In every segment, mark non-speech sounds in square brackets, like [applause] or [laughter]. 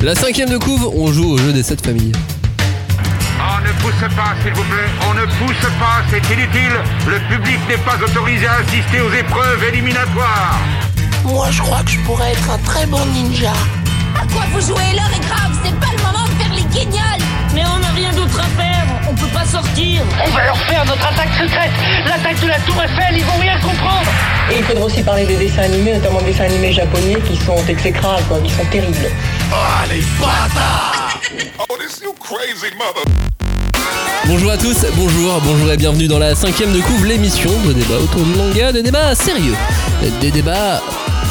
La cinquième de couve, on joue au jeu des sept familles. On Ah, ne pousse pas, s'il vous plaît. On ne pousse pas, c'est inutile. Le public n'est pas autorisé à assister aux épreuves éliminatoires. Moi, je crois que je pourrais être un très bon ninja. À quoi vous jouez L'heure est grave, c'est pas le moment de faire les guignols Mais on n'a rien d'autre à faire, on peut pas sortir On va leur faire notre attaque secrète L'attaque de la Tour Eiffel, ils vont rien comprendre Et il faudra aussi parler des dessins animés, notamment des dessins animés japonais qui sont exécrables, quoi, qui sont terribles. Ah, les bâtards Oh, this you crazy mother... Bonjour à tous, bonjour, bonjour et bienvenue dans la cinquième de couve, l'émission de débat autour du manga, des débats sérieux, des débats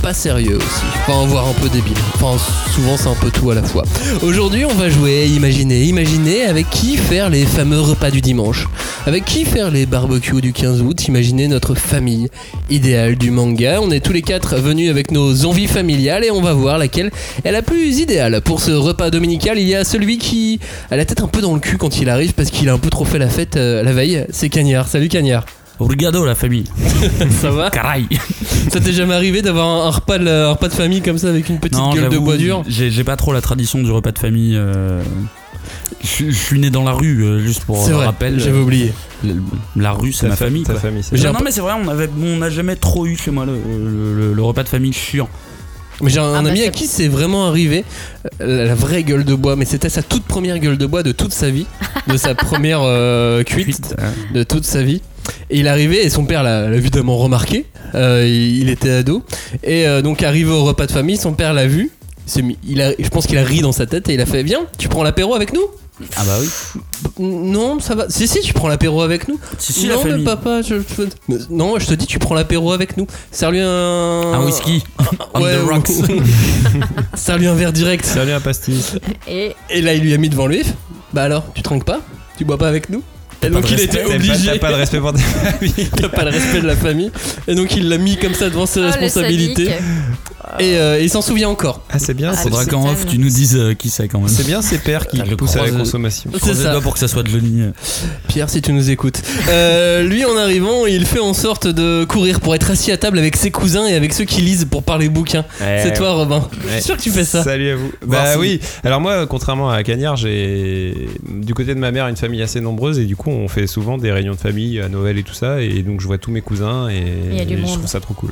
pas sérieux aussi, pas en voir un peu débile, enfin souvent c'est un peu tout à la fois. Aujourd'hui on va jouer, imaginer, imaginer avec qui faire les fameux repas du dimanche, avec qui faire les barbecues du 15 août, imaginer notre famille idéale du manga. On est tous les quatre venus avec nos envies familiales et on va voir laquelle est la plus idéale. Pour ce repas dominical, il y a celui qui a la tête un peu dans le cul quand il arrive parce qu'il a un peu trop fait la fête euh, la veille, c'est Cagnard. Salut [laughs] Cagnard. Obrigado la [laughs] famille. Ça va Caray. Ça t'est jamais arrivé d'avoir un repas, de, un repas de famille comme ça avec une petite Non, gueule de j'avoue, bois dur J'ai j'ai pas trop la tradition du repas de famille. euh, Je suis- je suis né dans la rue, euh, juste pour C'est vrai, rappel. j'avais oublié. La, la rue, c'est ma famille. Ta quoi. famille, c'est Mais j'ai Non, un non, peu- euh, mais c'est vrai, on avait, on n'a jamais trop eu chez moi le, le- le- le repas de famille chiant. Mais j'ai un, Ah bah, ami à c'est- qui c'est vraiment arrivé euh, la, la vraie gueule de bois, mais c'était sa toute première gueule de bois de toute sa vie, de [laughs] sa première euh, cuite. Cuite, hein. de toute sa vie. Et il arrivait, et son père l'a l'a évidemment remarqué, euh, il, il était ado. Et euh, donc arrivé au repas de famille, son père l'a vu. Il s'est mis- il a- je pense qu'il a ri dans sa tête et il a fait Viens, tu prends l'apéro avec nous Ah bah oui. Non, ça va. Si, si, tu prends l'apéro avec nous. Si, si, la non, mais famille. papa, je, je- Mais Non, je te dis, tu prends l'apéro avec nous. Sers-lui un. Un whisky. [laughs] On Ouais, the ou- rocks. Sers-lui un verre direct. Salut un pastis. Et Et là, il lui a mis devant lui Bah alors, tu trinques pas Tu bois pas avec nous Et Pas donc de il respect. était T'as pas- obligé. ben, T'as pas de respect pour tes familles. [laughs] T'as pas le respect de la famille. Et donc il l'a mis comme ça devant ses Oh, le responsabilités. sadique. Et euh, il s'en souvient encore. Ah, c'est bien. Ah, c'est- Faudra c'est qu'en fun. off tu nous dises euh, qui c'est quand même. C'est bien ces pères qui Ah, le poussent à la croise- consommation. C'est ça. Croisez les doigts pour que ça soit euh, de Johnny. Pierre, si tu nous écoutes. Euh, lui, en arrivant, il fait en sorte de courir pour être assis à table avec ses cousins et avec ceux qui lisent pour parler bouquins. C'est toi, Robin. Je suis sûr que tu fais ça. Salut à vous. Voir Bah si- oui. Alors moi, contrairement à Cagnard, j'ai du côté de ma mère une famille assez nombreuse et du coup, on fait souvent des réunions de famille à Noël et tout ça et donc je vois tous mes cousins et, Il y a du et je monde. trouve ça trop cool.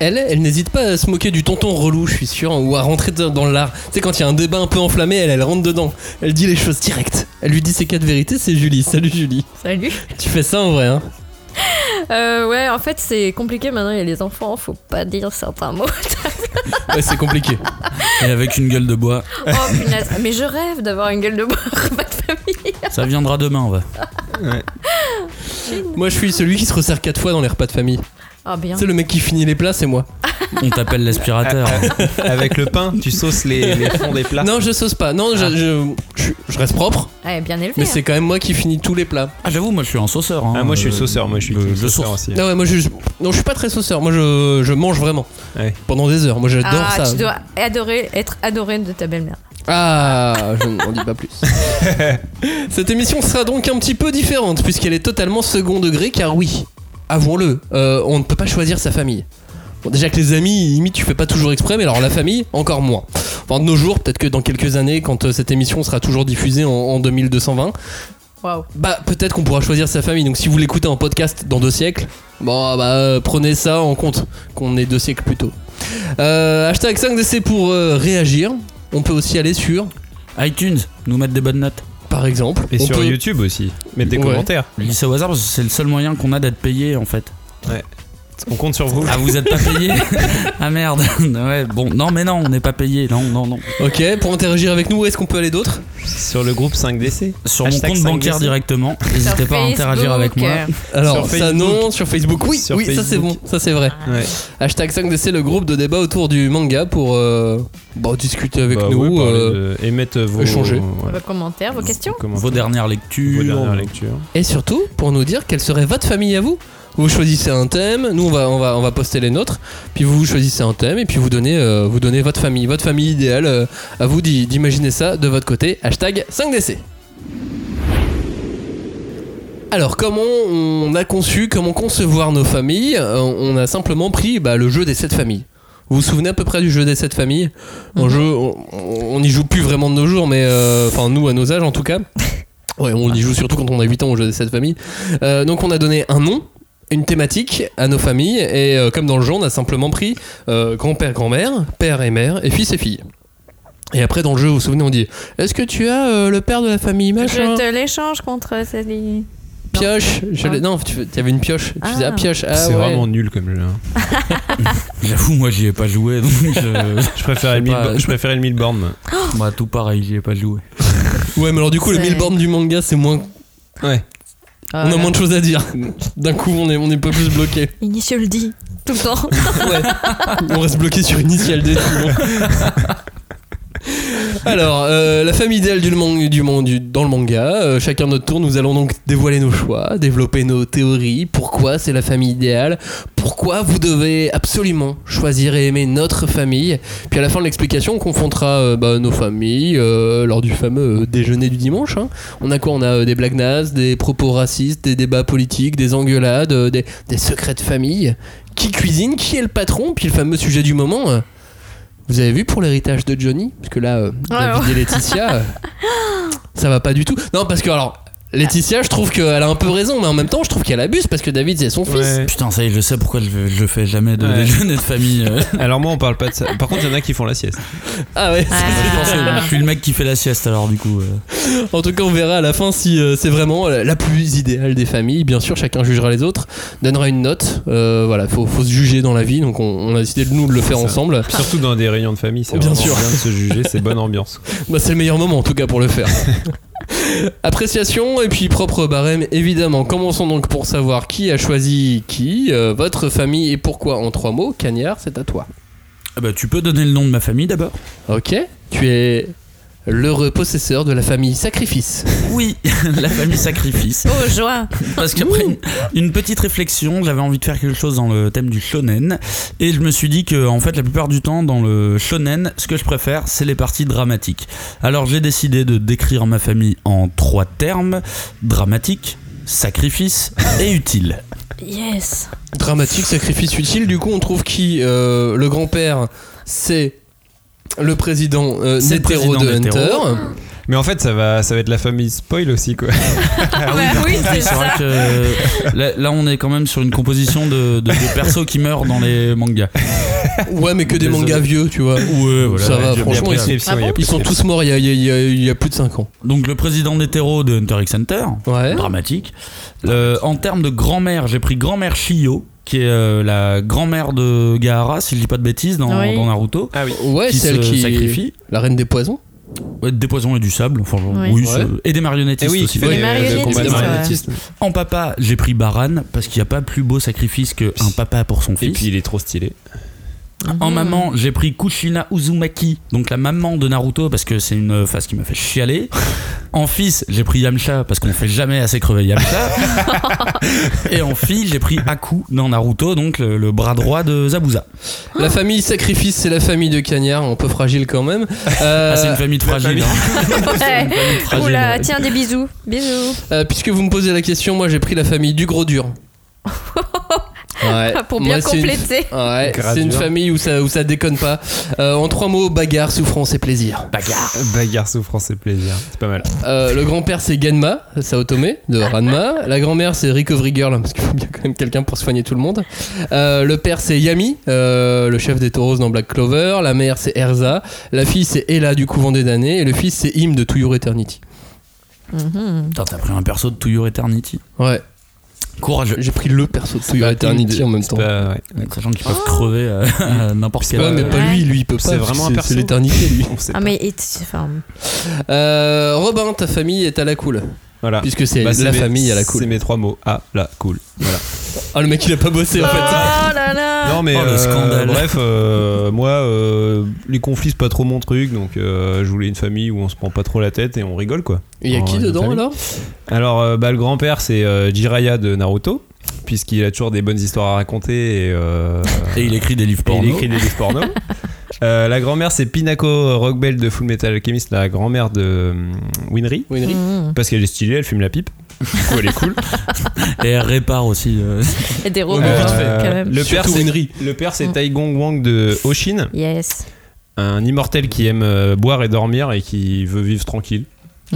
Elle, elle n'hésite pas à se moquer du tonton relou, je suis sûr, ou à rentrer dans dans l'art. Tu sais, quand il y a un débat un peu enflammé, elle, elle rentre dedans. Elle dit les choses directes. Elle lui dit ses quatre vérités, c'est Julie. Salut Julie. Salut Tu fais ça en vrai, hein Euh, ouais, en fait, c'est compliqué maintenant. Il y a les enfants, faut pas dire certains mots. Ouais, c'est compliqué. Et avec une gueule de bois. [laughs] Oh punaise. Mais je rêve d'avoir une gueule de bois au repas de famille. Ça viendra demain, on va. Moi, je suis celui qui se resserre quatre fois dans les repas de famille. [laughs] Ah, bien. C'est le mec qui finit les plats, c'est moi. On t'appelle [laughs] l'aspirateur. Avec le pain, tu sauces les, les fonds des Ah. plats. Non, je sauce pas. Non, je, je, je- je reste propre, Ouais, bien élevé. mais hein. c'est quand même moi qui finis tous les plats. Ah j'avoue, moi je suis un sauceur. hein. Ah, moi je suis Euh, sauceur, moi je suis le- le sauceur source. aussi. Non, ouais, moi, je, non, je suis pas très sauceur. Moi, je, je mange vraiment. Ouais. Pendant des heures. Moi, j'adore Ah, ça. tu dois adorer, être adoré de ta belle-mère. Ah, je n'en dis pas plus. Cette émission sera donc un petit peu différente, puisqu'elle est totalement second degré, car oui, avouons-le, euh, on ne peut pas choisir sa famille. Bon, déjà que les amis, limite, tu fais pas toujours exprès, mais alors la famille, encore moins. Enfin, de nos jours, peut-être que dans quelques années, quand euh, cette émission sera toujours diffusée en, en 2220, Waouh. bah peut-être qu'on pourra choisir sa famille. Donc si vous l'écoutez en podcast dans deux siècles, bon bah euh, prenez ça en compte, qu'on est deux siècles plus tôt. Euh, hashtag 5DC pour euh, réagir. On peut aussi aller sur iTunes, nous mettre des bonnes notes. par exemple. Et On sur peut- YouTube aussi. Mettre des Ouais. commentaires. Je dis ça au hasard parce que c'est le seul moyen qu'on a d'être payé en fait. On compte sur vous. Ah vous êtes pas [laughs] payé Ah merde. [laughs] Ouais, bon, non mais non, on n'est pas payé. Non, non, non. Ok, pour interagir avec nous, où est-ce qu'on peut aller d'autre Sur le groupe 5DC. Sur Hashtag mon compte 5DC. bancaire directement. N'hésitez Sur pas à interagir Facebook, avec moi. euh, Alors, Sur ça Facebook. non, sur Facebook, oui, Sur oui, ça c'est Facebook. bon, ça c'est vrai. Ouais. Hashtag 5DC, le groupe de débat autour du manga pour euh, bah, discuter avec Bah nous. oui, parler euh, de- Et mettre vos. échanger. ouais, Vos commentaires, vos questions commentaires, Vos dernières lectures. vos dernières lectures. Et surtout, pour nous dire quelle serait votre famille à vous. Vous choisissez un thème, nous on va, on va, on va poster les nôtres, puis vous choisissez un thème et puis vous donnez, euh, vous donnez votre famille, votre famille idéale, euh, à vous d'y- d'imaginer ça de votre côté, hashtag 5DC. Alors comment on a conçu, comment concevoir nos familles Euh, On a simplement pris bah, le jeu des 7 familles. Vous vous souvenez à peu près du jeu des 7 familles Un jeu, on- on n'y joue plus vraiment de nos jours, mais euh, enfin nous à nos âges en tout cas. Ouais, on y joue surtout quand on a 8 ans au jeu des 7 familles. Euh, donc on a donné un nom, une thématique à nos familles, et euh, comme dans le jeu, on a simplement pris euh, grand-père, grand-mère, père et mère, et fils et fille. Et après dans le jeu, vous vous souvenez, on dit Est-ce que tu as euh, le père de la famille machin Je te l'échange contre Céline. Pioche Je l'ai- Non, tu il y avait une pioche. Tu faisais ah, pioche. Ah, C'est ouais. vraiment nul comme jeu. hein. J'avoue, moi j'y ai pas joué donc [laughs] je. [laughs] Je préférais le sais pas. mille- je préférais le mille bornes. Moi tout pareil, j'y ai pas joué. Ouais, mais alors du coup, le C'est- mille bornes du manga, c'est moins. Ouais. on a moins de choses à dire. D'un coup, on est, on est pas plus bloqué. Initial D. Tout le [laughs] temps. [laughs] Ouais. on reste bloqué sur Initial D. sinon. Alors, euh, la femme idéale du man- du man- du- dans le manga, euh, chacun notre tour, nous allons donc dévoiler nos choix, développer nos théories, pourquoi c'est la famille idéale, pourquoi vous devez absolument choisir et aimer notre famille. Puis à la fin de l'explication, on confrontera euh, bah, nos familles euh, lors du fameux euh, déjeuner du dimanche. hein. On a quoi On a euh, des blagues nazes, des propos racistes, des débats politiques, des engueulades, euh, des, des secrets de famille. Qui cuisine Qui est le patron Puis le fameux sujet du moment. euh, vous avez vu pour l'héritage de Johnny Parce que là, euh, David ouais. et Laetitia, euh, ça va pas du tout. Non, parce que alors, Laetitia, je trouve qu'elle a un peu raison, mais en même temps, je trouve qu'elle abuse parce que David, c'est son fils. Ouais. Putain, ça y est, je sais pourquoi je, je fais jamais de Ouais. déjeuner de famille. [laughs] euh. Alors moi on parle pas de ça. Par contre il y en a qui font la sieste. Ah ouais, Ah. Je, pense que je suis le mec qui fait la sieste alors du coup. euh. En tout cas, on verra à la fin si euh, c'est vraiment la, la plus idéale des familles. Bien sûr, chacun jugera les autres, donnera une note. Euh, voilà, faut, faut se juger dans la vie, donc on, on a décidé de nous de le faire C'est ça. [laughs] ensemble. Puis surtout dans des réunions de famille, c'est Oh, Bien vraiment sûr. bien de se juger, c'est bonne ambiance. Bah, c'est le meilleur moment en tout cas pour le faire. [laughs] Appréciation et puis propre barème évidemment. Commençons donc pour savoir qui a choisi qui, euh, votre famille et pourquoi en trois mots. Cagnard, c'est à toi. Ah bah, tu peux donner le nom de ma famille d'abord Ok, tu es l'heureux possesseur de la famille Sacrifice. [laughs] Oui, la famille sacrifice. Oh, joie. Parce qu'après une, une petite réflexion, j'avais envie de faire quelque chose dans le thème du shonen. Et je me suis dit que, en fait, la plupart du temps, dans le shonen, ce que je préfère, c'est les parties dramatiques. Alors j'ai décidé de décrire ma famille en trois termes dramatique, sacrifice et [laughs] utile. Yes. Dramatique, sacrifice utile. Du coup, on trouve qui euh, Le grand-père, c'est le président euh, C'est le Netero président de Hunter. Netero. Mais en fait ça va, ça va être la famille spoil aussi quoi. Ah, bah oui, c'est C'est vrai ça. que là, là, on est quand même sur une composition de, de, de persos qui meurent dans les mangas. Ouais, mais que des [laughs] Désolé. mangas vieux, tu vois. Ouais, voilà. Ça va, J'ai bien franchement, pris ils- la- Prescription, il y a Ils sont prescription. tous morts il y a, il y a- il y a- il y a plus de 5 ans. Donc le président d'hétéro de Hunter x Hunter, Ouais. dramatique. Euh, en termes de grand-mère, j'ai pris grand-mère Shio, qui est euh, la grand-mère de Gaara, si je dis pas de bêtises, dans, Oui. dans Naruto. Ah oui. Ouais, qui celle se qui. sacrifie. La reine des poisons. Ouais, des poisons et du sable, enfin, genre, Oui. oui, Ouais. Eh c'est- et des Et marionnettistes Eh oui, aussi. qui fait euh, Les les- le marionnettistes, combat de ouais. marionnettistes. En papa, j'ai pris Baran, parce qu'il n'y a pas plus beau sacrifice qu'un papa pour son Et fils. puis il est trop stylé. En maman, j'ai pris Kushina Uzumaki, donc la maman de Naruto, parce que c'est une phase qui m'a fait chialer. En fils, j'ai pris Yamcha, parce qu'on ne fait jamais assez crever [laughs] Yamcha. Et en fille, j'ai pris Aku dans Naruto, donc le, le bras droit de Zabuza. La famille sacrifice, c'est la famille de Cagnard, un peu fragile quand même. Euh, [laughs] Ah, c'est une famille de [laughs] fragiles. hein. Ouais. fragile. Oula, tiens des bisous. Bisous. euh, puisque vous me posez la question, moi j'ai pris la famille du gros [laughs] dur. Ouais. Ah, Pour bien Moi, c'est une- compléter. Ouais, Gras c'est une dur. famille où ça, où ça déconne pas. Euh, en trois mots, bagarre, souffrance et plaisir. Bagarre. Euh, Bagarre, souffrance et plaisir. C'est pas mal. Euh, le grand-père c'est Ganma, Saotome de Ranma. La grand-mère c'est Recovery Girl, hein, parce qu'il faut bien quand même quelqu'un pour soigner tout le monde. Euh, le père c'est Yami, euh, le chef des taureaux dans Black Clover. La mère c'est Erza. La fille c'est Ella du couvent des damnés. Et le fils c'est Im de To Your Eternity. Mhm. Putain, t'as pris un perso de To Your Eternity. Ouais, Courageux. j'ai pris le perso de To Your Eternity en même temps. C'est pas- ouais. Donc, Sachant qu'ils Oh. peuvent crever à, à [laughs] Mm. n'importe quel. Ouais, mais pas Ouais. lui, lui il peut pas. parce C'est que vraiment un C'est perso. l'éternité lui. On sait Ah pas. mais et- enfin, [laughs] Euh, Robin, ta famille est à la cool. Voilà. Puisque c'est Bah, c'est la mes- famille à la C'est cool. mes trois mots. Ah, là, cool. Voilà. Ah, le mec il a pas bossé en Oh fait. là Ah. là. Non mais Oh, le euh, scandale. bref, euh, moi euh, les conflits c'est pas trop mon truc, donc euh, je voulais une famille où on se prend pas trop la tête et on rigole quoi. Il y a En- qui une dedans Oh, famille. alors Alors euh, bah, le grand-père c'est euh, Jiraiya de Naruto, puisqu'il a toujours des bonnes histoires à raconter et, euh, Et il écrit des livres [laughs] et porno. il écrit des livres porno. [laughs] Euh, la grand-mère c'est Pinako Rockbell de Full Metal Alchemist, la grand-mère de hum, Winry, Winry parce qu'elle est stylée, elle fume la pipe. coup, elle est cool. Et elle répare aussi. euh, Et des robots, Ah, euh, Ouais, mais vite fait. quand même. Euh, Le père, Surtout c'est Winry. le père, c'est Mm. Tai Gong Wang de Hoshin, Yes. un immortel qui aime euh, boire et dormir et qui veut vivre tranquille.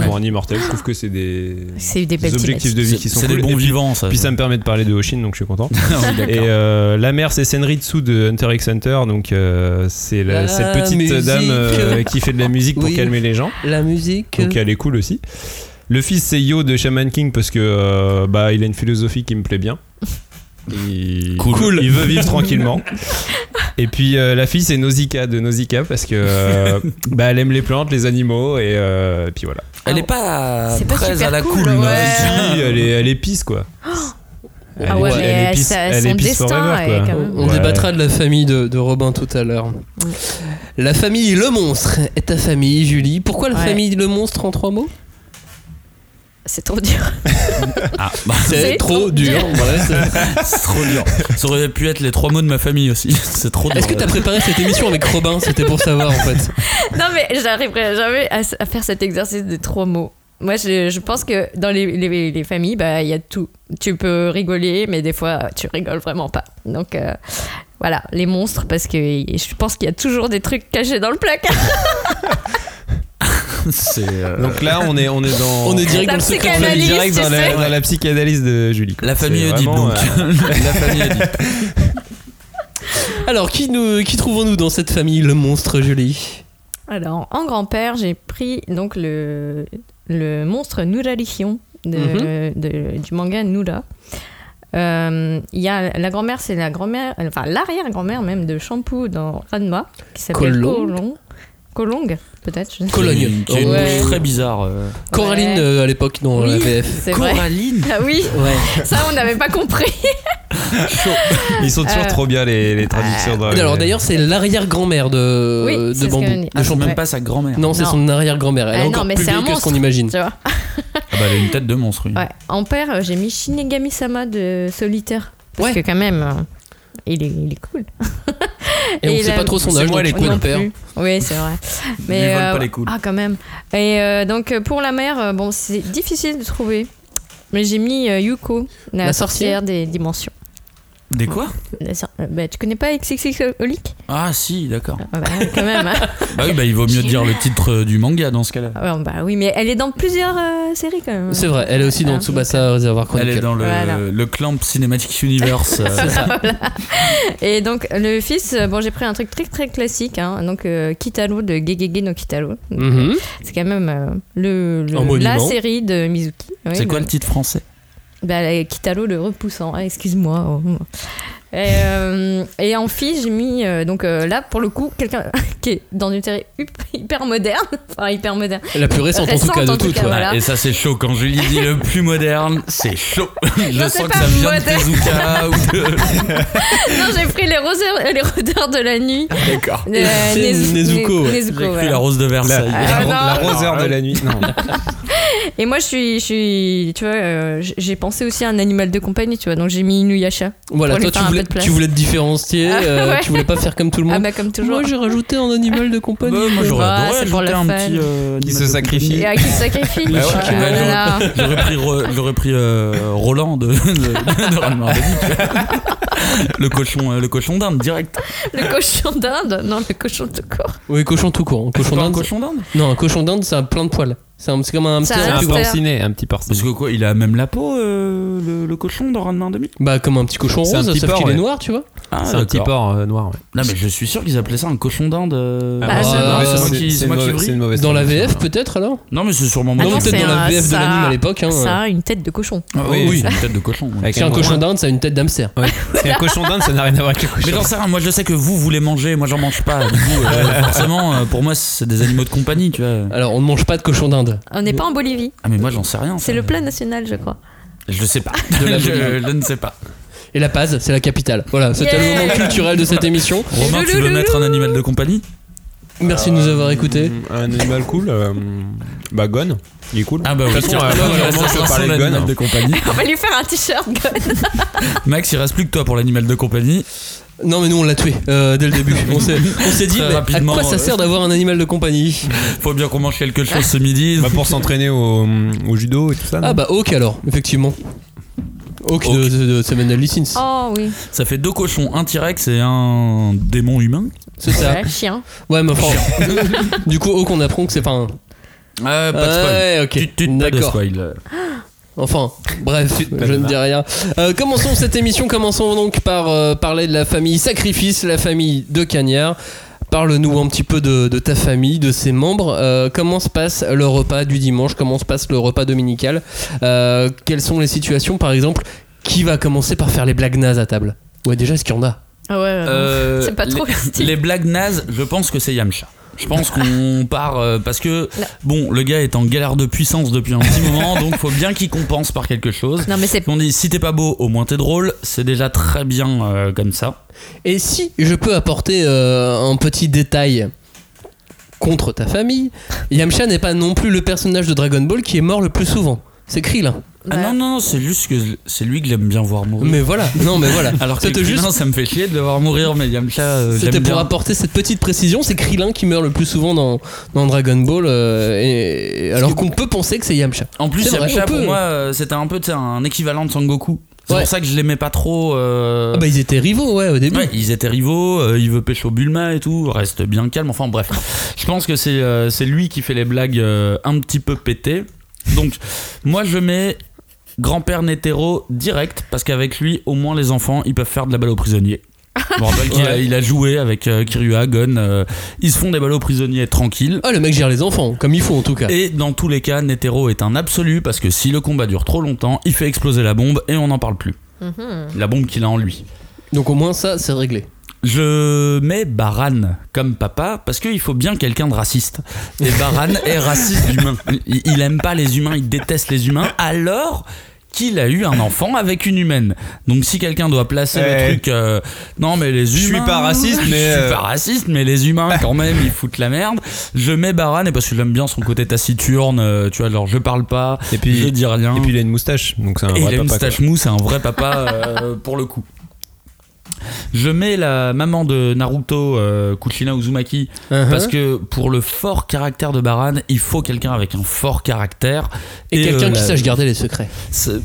Pour un immortel, je trouve que c'est des, C'est des des belles objectifs de vie C'est qui sont c'est des cool. bons Et puis- vivants, ça. Puis ça me permet de parler de Hoshin, donc je suis content. [laughs] Ah oui, d'accord. Et euh, la mère, c'est Senritsu de Hunter x Hunter, donc euh, c'est la- La cette petite musique. dame euh, qui fait de la musique pour Oui. calmer les gens. La musique. Donc elle est cool aussi. Le fils, c'est Yo de Shaman King parce que euh, bah, il a une philosophie qui me plaît [laughs] bien. Il, Cool. Cool. il veut [laughs] vivre tranquillement. Et puis euh, la fille, c'est Nausicaa de Nausicaa parce que euh, bah, elle aime les plantes, les animaux et, euh, et puis voilà. Elle est pas C'est pas très super à la cool, hein. cool. ouais. Si, elle, est, elle est [gasps] pisse quoi. Elle Ah est- ouais, mais elle est elle, pisse- ça- elle son est pisse destin forever, est quoi. quand même- On Ouais. débattra de la famille de, de Robin tout à l'heure. La famille Le Monstre est ta famille, Julie. Pourquoi la Ouais. famille Le Monstre en trois mots C'est trop dur. [laughs] Ah, bah, C'est trop dur. Voilà, c'est- c'est trop dur. Ça aurait pu être les trois mots de ma famille aussi. [laughs] C'est trop dur. Est-ce que t'as préparé cette émission avec Robin C'était pour savoir en fait. Non, mais j'arriverai jamais à, s- à faire cet exercice des trois mots. Moi, je, je pense que dans les, les- les familles, bah, il y a tout. Tu peux rigoler, mais des fois, tu rigoles vraiment pas. Donc, euh, voilà, les monstres, parce que je pense qu'il y a toujours des trucs cachés dans le placard. C'est, euh, Donc là, on est, [laughs] on est dans. [laughs] On est direct La dans le secret. on est psychanalyse, direct tu dans sais. la, dans la psychanalyse de Julie. quoi. La famille C'est Oedipe, vraiment, donc. [laughs] euh, la famille Oedipe. Alors, qui, nous, qui trouvons-nous dans cette famille Le Monstre, Julie Alors, en grand-père, j'ai pris donc le, le monstre Nurarihion de, Mhm. de- du manga Nura. Euh, Il y a la grand-mère, c'est la grand-mère, enfin l'arrière-grand-mère même de Shampoo dans Ranma, qui s'appelle Kolong. Kolong. Kolong, peut-être. je ne sais Cologne. Qui est une Ouais. bouche très bizarre. euh. pas. Coraline Ouais. euh, à l'époque dans Oui, la VF. c'est vrai. Coraline. Ah oui, ça on n'avait pas [laughs] compris. Ils sont toujours Euh, trop bien les, les traductions. dans- Alors d'ailleurs, c'est l'arrière-grand-mère de, Oui, de c'est ce Bambou. qu'elle dit. de Ah, c'est Shampoo. même pas sa grand-mère. Non, c'est Non. son arrière-grand-mère. Elle Ah est non, encore mais plus c'est un vieille que ce qu'on monstre. imagine. Tu vois. Ah bah, elle a une tête de monstre. oui. Ouais. En père, euh, j'ai mis Shinigami Sama de Solitaire. Parce Ouais. que quand même, euh, il est, il est cool. Et, on Et sait la- pas trop son C'est âge, moi, donc les on peut couilles. le perdre. Oui, c'est vrai. Ils Mais lui volent euh, pas les couilles. ah, quand même. Et euh, donc euh, pour la mère, euh, bon, c'est difficile de trouver. Mais j'ai mis euh, Yuko, la, La sorcière. sorcière des dimensions. ah. Des quoi La sor- euh, bah, tu connais pas XXX Olic Ah si, d'accord. Ah, bah, Quand même. hein. Bah oui, bah il vaut mieux dire le titre euh, du manga dans ce cas-là. Ah, bon, bah oui, mais elle est dans plusieurs euh, séries quand même. C'est vrai, elle est aussi dans Ah, Tsubasa Reservoir Elle est Chronicle. dans le, Voilà. le Clamp Cinematic [laughs] Universe. euh, Et donc le fils, euh, bon, j'ai pris un truc très très classique. hein. donc euh, Kitaro de Gegege no Kitaro. Mhm. C'est quand même euh, le, le- Un monument. la série de Mizuki. Oui, c'est quoi le- le titre français Bah, la- Kitaro le repoussant. Ah, excuse-moi. Oh. Et, euh, et en fille, j'ai mis euh, donc euh, là pour le coup quelqu'un [laughs] qui est dans une série hup- hyper moderne, [laughs] enfin hyper moderne. La plus récente en tout Récente, cas de en tout toutes. cas, ouais. ben voilà. Et ça c'est chaud quand Julie dit le plus moderne, c'est chaud. Je Non, c'est sens que pas ça vient de moderne. Tezuka ou de Non, j'ai pris les roseurs, euh, les rôdeurs de la nuit. D'accord. Euh, C'est Nezu- Nezuko, Ne- ouais. Nezuko, J'ai cru voilà. la rose de La, Versailles. la- non. la roseur de la nuit. [laughs] Non. Et moi, je suis, je suis, tu vois, euh, j- j'ai pensé aussi à un animal de compagnie, tu vois. Donc j'ai mis Inuyasha. Voilà, Pour toi lui tu faire un voulais, peu de place. tu voulais te différencier, Ah, euh, ouais. tu voulais pas faire comme tout le Ah monde. bah comme toujours. Moi j'ai rajouté un animal de Bah, compagnie. moi j'aurais Ouais, adoré c'est pour ajouter la un fun. petit. euh, Qui animal se de sacrifie. Et à qui se sacrifie Bah ouais. Ah là là. compagnie. J'aurais pris, re- j'aurais pris euh, Roland de, de, de Ranma Orléans. le cochon, euh, le cochon d'Inde direct. Le cochon d'Inde Non, le cochon de corps. Oui, cochon tout court. hein. Cochon Pas un d'Inde. cochon d'Inde Non, un cochon d'Inde, ça a plein de poils. C'est un- c'est comme un Ça hamster. C'est un hamster. porcinet, un petit porcinet. Parce que quoi, il a même la peau, euh, le, le cochon dans Ranma 1,5 Bah, comme un petit cochon C'est un rose, petit sauf porc, qu'il est ouais. noir, tu vois. Ah, C'est un petit d'accord. porc euh, noir. ouais. Non, mais je suis sûr qu'ils appelaient ça un cochon d'Inde. euh, Ah, bah, euh, c'est non, vrai. mais c'est C'est- moi qui, c'est moi qui brille. une mauvaise Dans la traduction. VF, peut-être alors Non, mais c'est sûrement moi Non, Ah non, qui peut-être c'est dans la un- VF de ça- l'anime à l'époque. Hein. Ça a une tête de cochon. Ah, Oui. oui, c'est une tête de cochon. ouais. Avec Si un un cochon groin. d'Inde, ça a une tête d'hamster. Ouais. Parce qu'un cochon d'Inde, ça n'a rien à voir avec le cochon. Mais j'en sais rien, moi je sais que vous, vous les mangez, moi j'en mange pas. Du coup, euh, [laughs] forcément, euh, pour moi, c'est des animaux de compagnie, tu vois. Alors, on ne mange pas de cochon d'Inde. On n'est pas en Bolivie. Ah, mais moi j'en sais rien. C'est ça. le plat national, je crois. Je sais pas. De la je, Bolivie. je ne sais pas. Et La Paz, c'est la capitale. Voilà, c'était Yeah. le moment culturel de cette émission. Romain, tu veux mettre un animal de compagnie Merci de nous avoir écoutés. Un animal cool. euh, Bah, Gone. Il est cool. Ah, bah De oui, toute façon, tiens, euh, à la Gone, fin du il reste roman, je un vais seul parler de [laughs] Gone. animal de compagnie. [laughs] On va lui faire un t-shirt, God. Max, il reste plus que toi pour l'animal de compagnie. Non mais nous on l'a tué euh, dès le début. On s'est, on s'est dit Très mais à rapidement, quoi ça euh, sert d'avoir un animal de compagnie Faut bien qu'on mange quelque chose ce midi. Bah, [laughs] pour s'entraîner au, au judo et tout ça. non Ah bah ok alors, effectivement. Ok de, de, de Seven Deadly Sins. Oh oui, Ça fait deux cochons, un T-Rex et un démon humain. C'est ça. ouais, chien. Ouais mais enfin, du coup oh qu'on apprend que c'est pas un... Euh, pas de spoil. Ouais ok. Tu- tu- pas de D'accord. spoil. Enfin, bref, je ne dis rien. Euh, commençons cette émission, commençons donc par euh, parler de la famille Sacrifice, la famille de Cagnard. Parle-nous un petit peu de, de ta famille, de ses membres. Euh, comment se passe le repas du dimanche Comment se passe le repas dominical Euh, Quelles sont les situations, par exemple Qui va commencer par faire les blagues nazes à table Ouais, déjà, est-ce qu'il y en a Ah ouais, ouais, non. Euh, c'est pas [laughs] trop les, leur style. les blagues nazes, je pense que c'est Yamcha. Je [laughs] pense qu'on part euh, parce que Non. bon, le gars est en galère de puissance depuis un petit moment, [laughs] donc faut bien qu'il compense par quelque chose. Non mais c'est On dit si t'es pas beau, au moins t'es drôle. C'est déjà très bien euh, comme ça. Et si je peux apporter euh, un petit détail contre ta famille, Yamcha n'est pas non plus le personnage de Dragon Ball qui est mort le plus souvent. C'est Krillin. bah, Ah non non non, c'est juste que c'est lui que j'aime bien voir mourir. Mais voilà, non mais voilà. [laughs] Alors que c'était Krillin, juste, ça me fait chier de le voir mourir, mais Yamcha. euh, c'était j'aime pour bien. apporter cette petite précision, c'est Krillin qui meurt le plus souvent dans, dans Dragon Ball, euh, et, alors qu'on peut penser que c'est Yamcha. En plus, C'est vrai, Yamcha on peut. pour moi, euh, c'était un peu tu sais, un équivalent de Sangoku. C'est Ouais. pour ça que je l'aimais pas trop. euh, Ah bah ils étaient rivaux, ouais, au début. Ouais, ils étaient rivaux, euh, il veut pêcher au Bulma et tout, reste bien calme. Enfin bref, je pense que c'est euh, c'est lui qui fait les blagues euh, un petit peu pétées. Donc moi je mets grand-père Netero direct parce qu'avec lui au moins les enfants ils peuvent faire de la balle aux prisonniers. Je me rappelle qu'il a, il a joué avec euh, Kirua, Gon, euh, ils se font des balles aux prisonniers tranquilles. Ah, le mec gère les enfants, comme il faut en tout cas. Et dans tous les cas, Netero est un absolu parce que si le combat dure trop longtemps, il fait exploser la bombe et on n'en parle plus. La bombe qu'il a en lui. Donc au moins ça, c'est réglé. Je mets Baran comme papa parce qu'il faut bien quelqu'un de raciste. Et [laughs] Baran est raciste d'humain. Il, il aime pas les humains, il déteste les humains alors qu'il a eu un enfant avec une humaine. Donc si quelqu'un doit placer Eh. le truc, euh, non mais les suis humains. pas raciste, mais, je suis euh, pas raciste, mais les humains quand même ils foutent la merde. Je mets Baran et parce que j'aime bien son côté taciturne, euh, tu vois, genre je parle pas, Et puis- je dis rien. Et puis il a une moustache, donc c'est un Et vrai il a une papa, quoi. moustache mou, c'est un vrai papa euh, [laughs] pour le coup. Je mets la maman de Naruto, euh, Kuchina Uzumaki, Uh-huh. parce que pour le fort caractère de Baran, il faut quelqu'un avec un fort caractère. Et, quelqu'un euh, qui la- sache garder les secrets. c'est-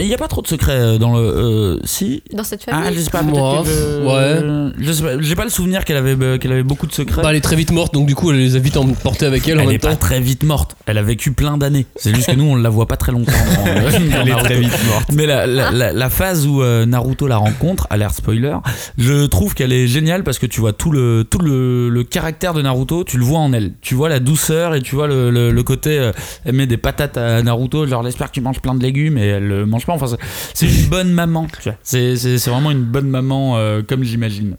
Il n'y a pas trop de secrets euh, dans le. euh, si dans cette Ah, famille. je sais pas, Moi, peut-être que- ouais. Je sais pas, j'ai pas le souvenir qu'elle avait, euh, qu'elle avait beaucoup de secrets. Bah, elle est très vite morte, donc du coup elle les a vite emportés avec elle, en elle même est pas temps. très vite morte. Elle a vécu plein d'années. C'est juste que nous, on la voit pas très longtemps. dans- [laughs] dans Elle est Naruto. très vite morte. Mais la, la- la- la phase où euh, Naruto la rencontre, alerte spoiler, je trouve qu'elle est géniale parce que tu vois tout le, tout le, le caractère de Naruto, tu le vois en elle. Tu vois la douceur et tu vois le, le- le côté. euh, elle met des patates à Naruto, genre j'espère qu'il mange plein de légumes et elle le mange pas. Enfin, c'est- c'est une bonne maman. tu vois. C'est c'est- c'est vraiment une bonne maman euh, comme j'imagine.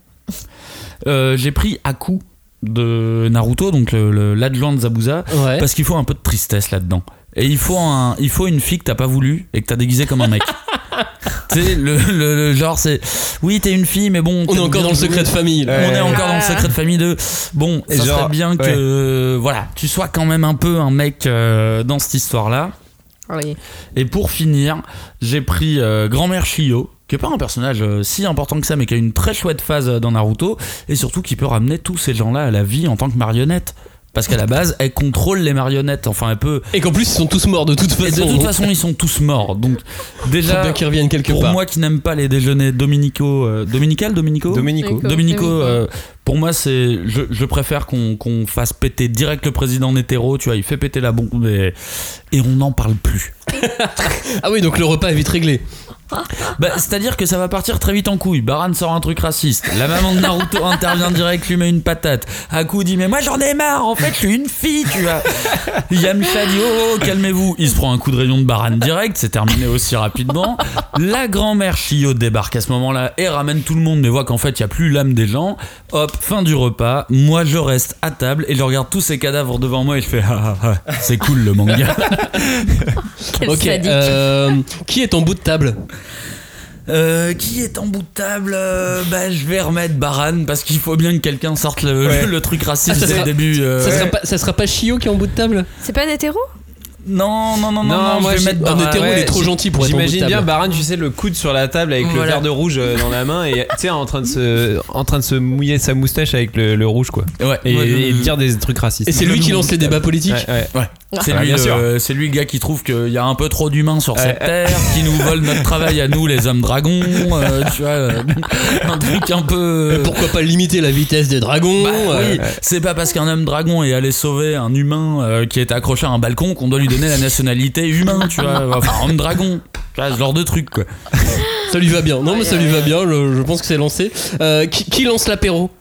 Euh, J'ai pris Aku de Naruto, donc le- le- l'adjoint de Zabuza, Ouais. parce qu'il faut un peu de tristesse là-dedans. Et il faut, un, il faut une fille que t'as pas voulu et que t'as déguisée comme un [laughs] mec. tu sais, le, le- le genre, c'est. Oui, t'es une fille, mais bon. On est t'aimes encore bien dans le jouer. secret de famille. là. On est Ouais. encore dans le secret de famille de. Bon, Et ça genre, serait bien que. ouais. euh, Voilà, tu sois quand même un peu un mec euh, dans cette histoire-là. Ah, Oui. Et pour finir, j'ai pris euh, Grand-mère Shio, qui est pas un personnage euh, si important que ça, mais qui a une très chouette phase euh, dans Naruto, et surtout qui peut ramener tous ces gens-là à la vie en tant que marionnette. [laughs] Parce qu'à la base, elle contrôle les marionnettes. Enfin, elle peut. Et qu'en plus ils sont tous morts de toute Et façon. de toute façon, ils sont tous [laughs] morts. Donc, Faut déjà, bien qu'ils reviennent quelque pour part. moi qui n'aime pas les déjeuners dominicaux. euh, dominical, dominico Dominico. Dominico, Dominico. euh, pour moi, c'est, je, je préfère qu'on, qu'on fasse péter direct le président Netero. Tu vois, il fait péter la bombe et, et on n'en parle plus. Ah oui, donc le repas est vite réglé. Bah, c'est-à-dire que ça va partir très vite en couille. Baran sort un truc raciste. La maman de Naruto intervient direct, lui met une patate. Haku dit Mais moi j'en ai marre, en fait je suis une fille, tu vois. Yamcha dit Oh, oh, calmez-vous. Il se prend un coup de rayon de Baran direct, c'est terminé aussi rapidement. La grand-mère Shio débarque à ce moment-là et ramène tout le monde, mais voit qu'en fait il n'y a plus l'âme des gens. Hop, fin du repas. Moi je reste à table et je regarde tous ces cadavres devant moi et je fais [laughs] Ah, ah, ah, c'est cool le manga. Quel ok. sadique. euh, qui est en bout de table Euh, qui est en bout de table Euh, Bah, je vais remettre Baran parce qu'il faut bien que quelqu'un sorte [laughs] le, Ouais. le truc raciste Ah, ça dès sera- le début. euh, ça, sera pas, ça sera pas Chio qui est en bout de table C'est pas un hétéro Non, non, non, non, non, moi, je j'ai- vais mettre Ah, Baran. ouais, J'imagine bien Baran. Baran, tu sais, le coude sur la table avec le Voilà. verre de rouge euh, dans la main et tu sais, en train de se, en train de se mouiller sa moustache avec le, le rouge, quoi. Ouais. Et, Ouais, et le- dire des trucs racistes. Et c'est lui qui lance les débats politiques Ouais, ouais. Ouais. C'est Ouais, lui, bien sûr. le, c'est lui le gars qui trouve qu'il y a un peu trop d'humains sur Ouais. cette terre, qui nous vole notre travail à nous, les hommes dragons, euh, tu vois, euh, [laughs] un truc un peu. Euh, Pourquoi pas limiter la vitesse des dragons Bah euh, oui, c'est pas parce qu'un homme dragon est allé sauver un humain euh, qui est accroché à un balcon qu'on doit lui donner la nationalité humain, tu vois, enfin homme dragon, tu vois, ce genre de truc quoi. Ça lui va bien. Non, mais ça lui va bien. Je, je pense que c'est lancé. Euh, qui, qui lance l'apéro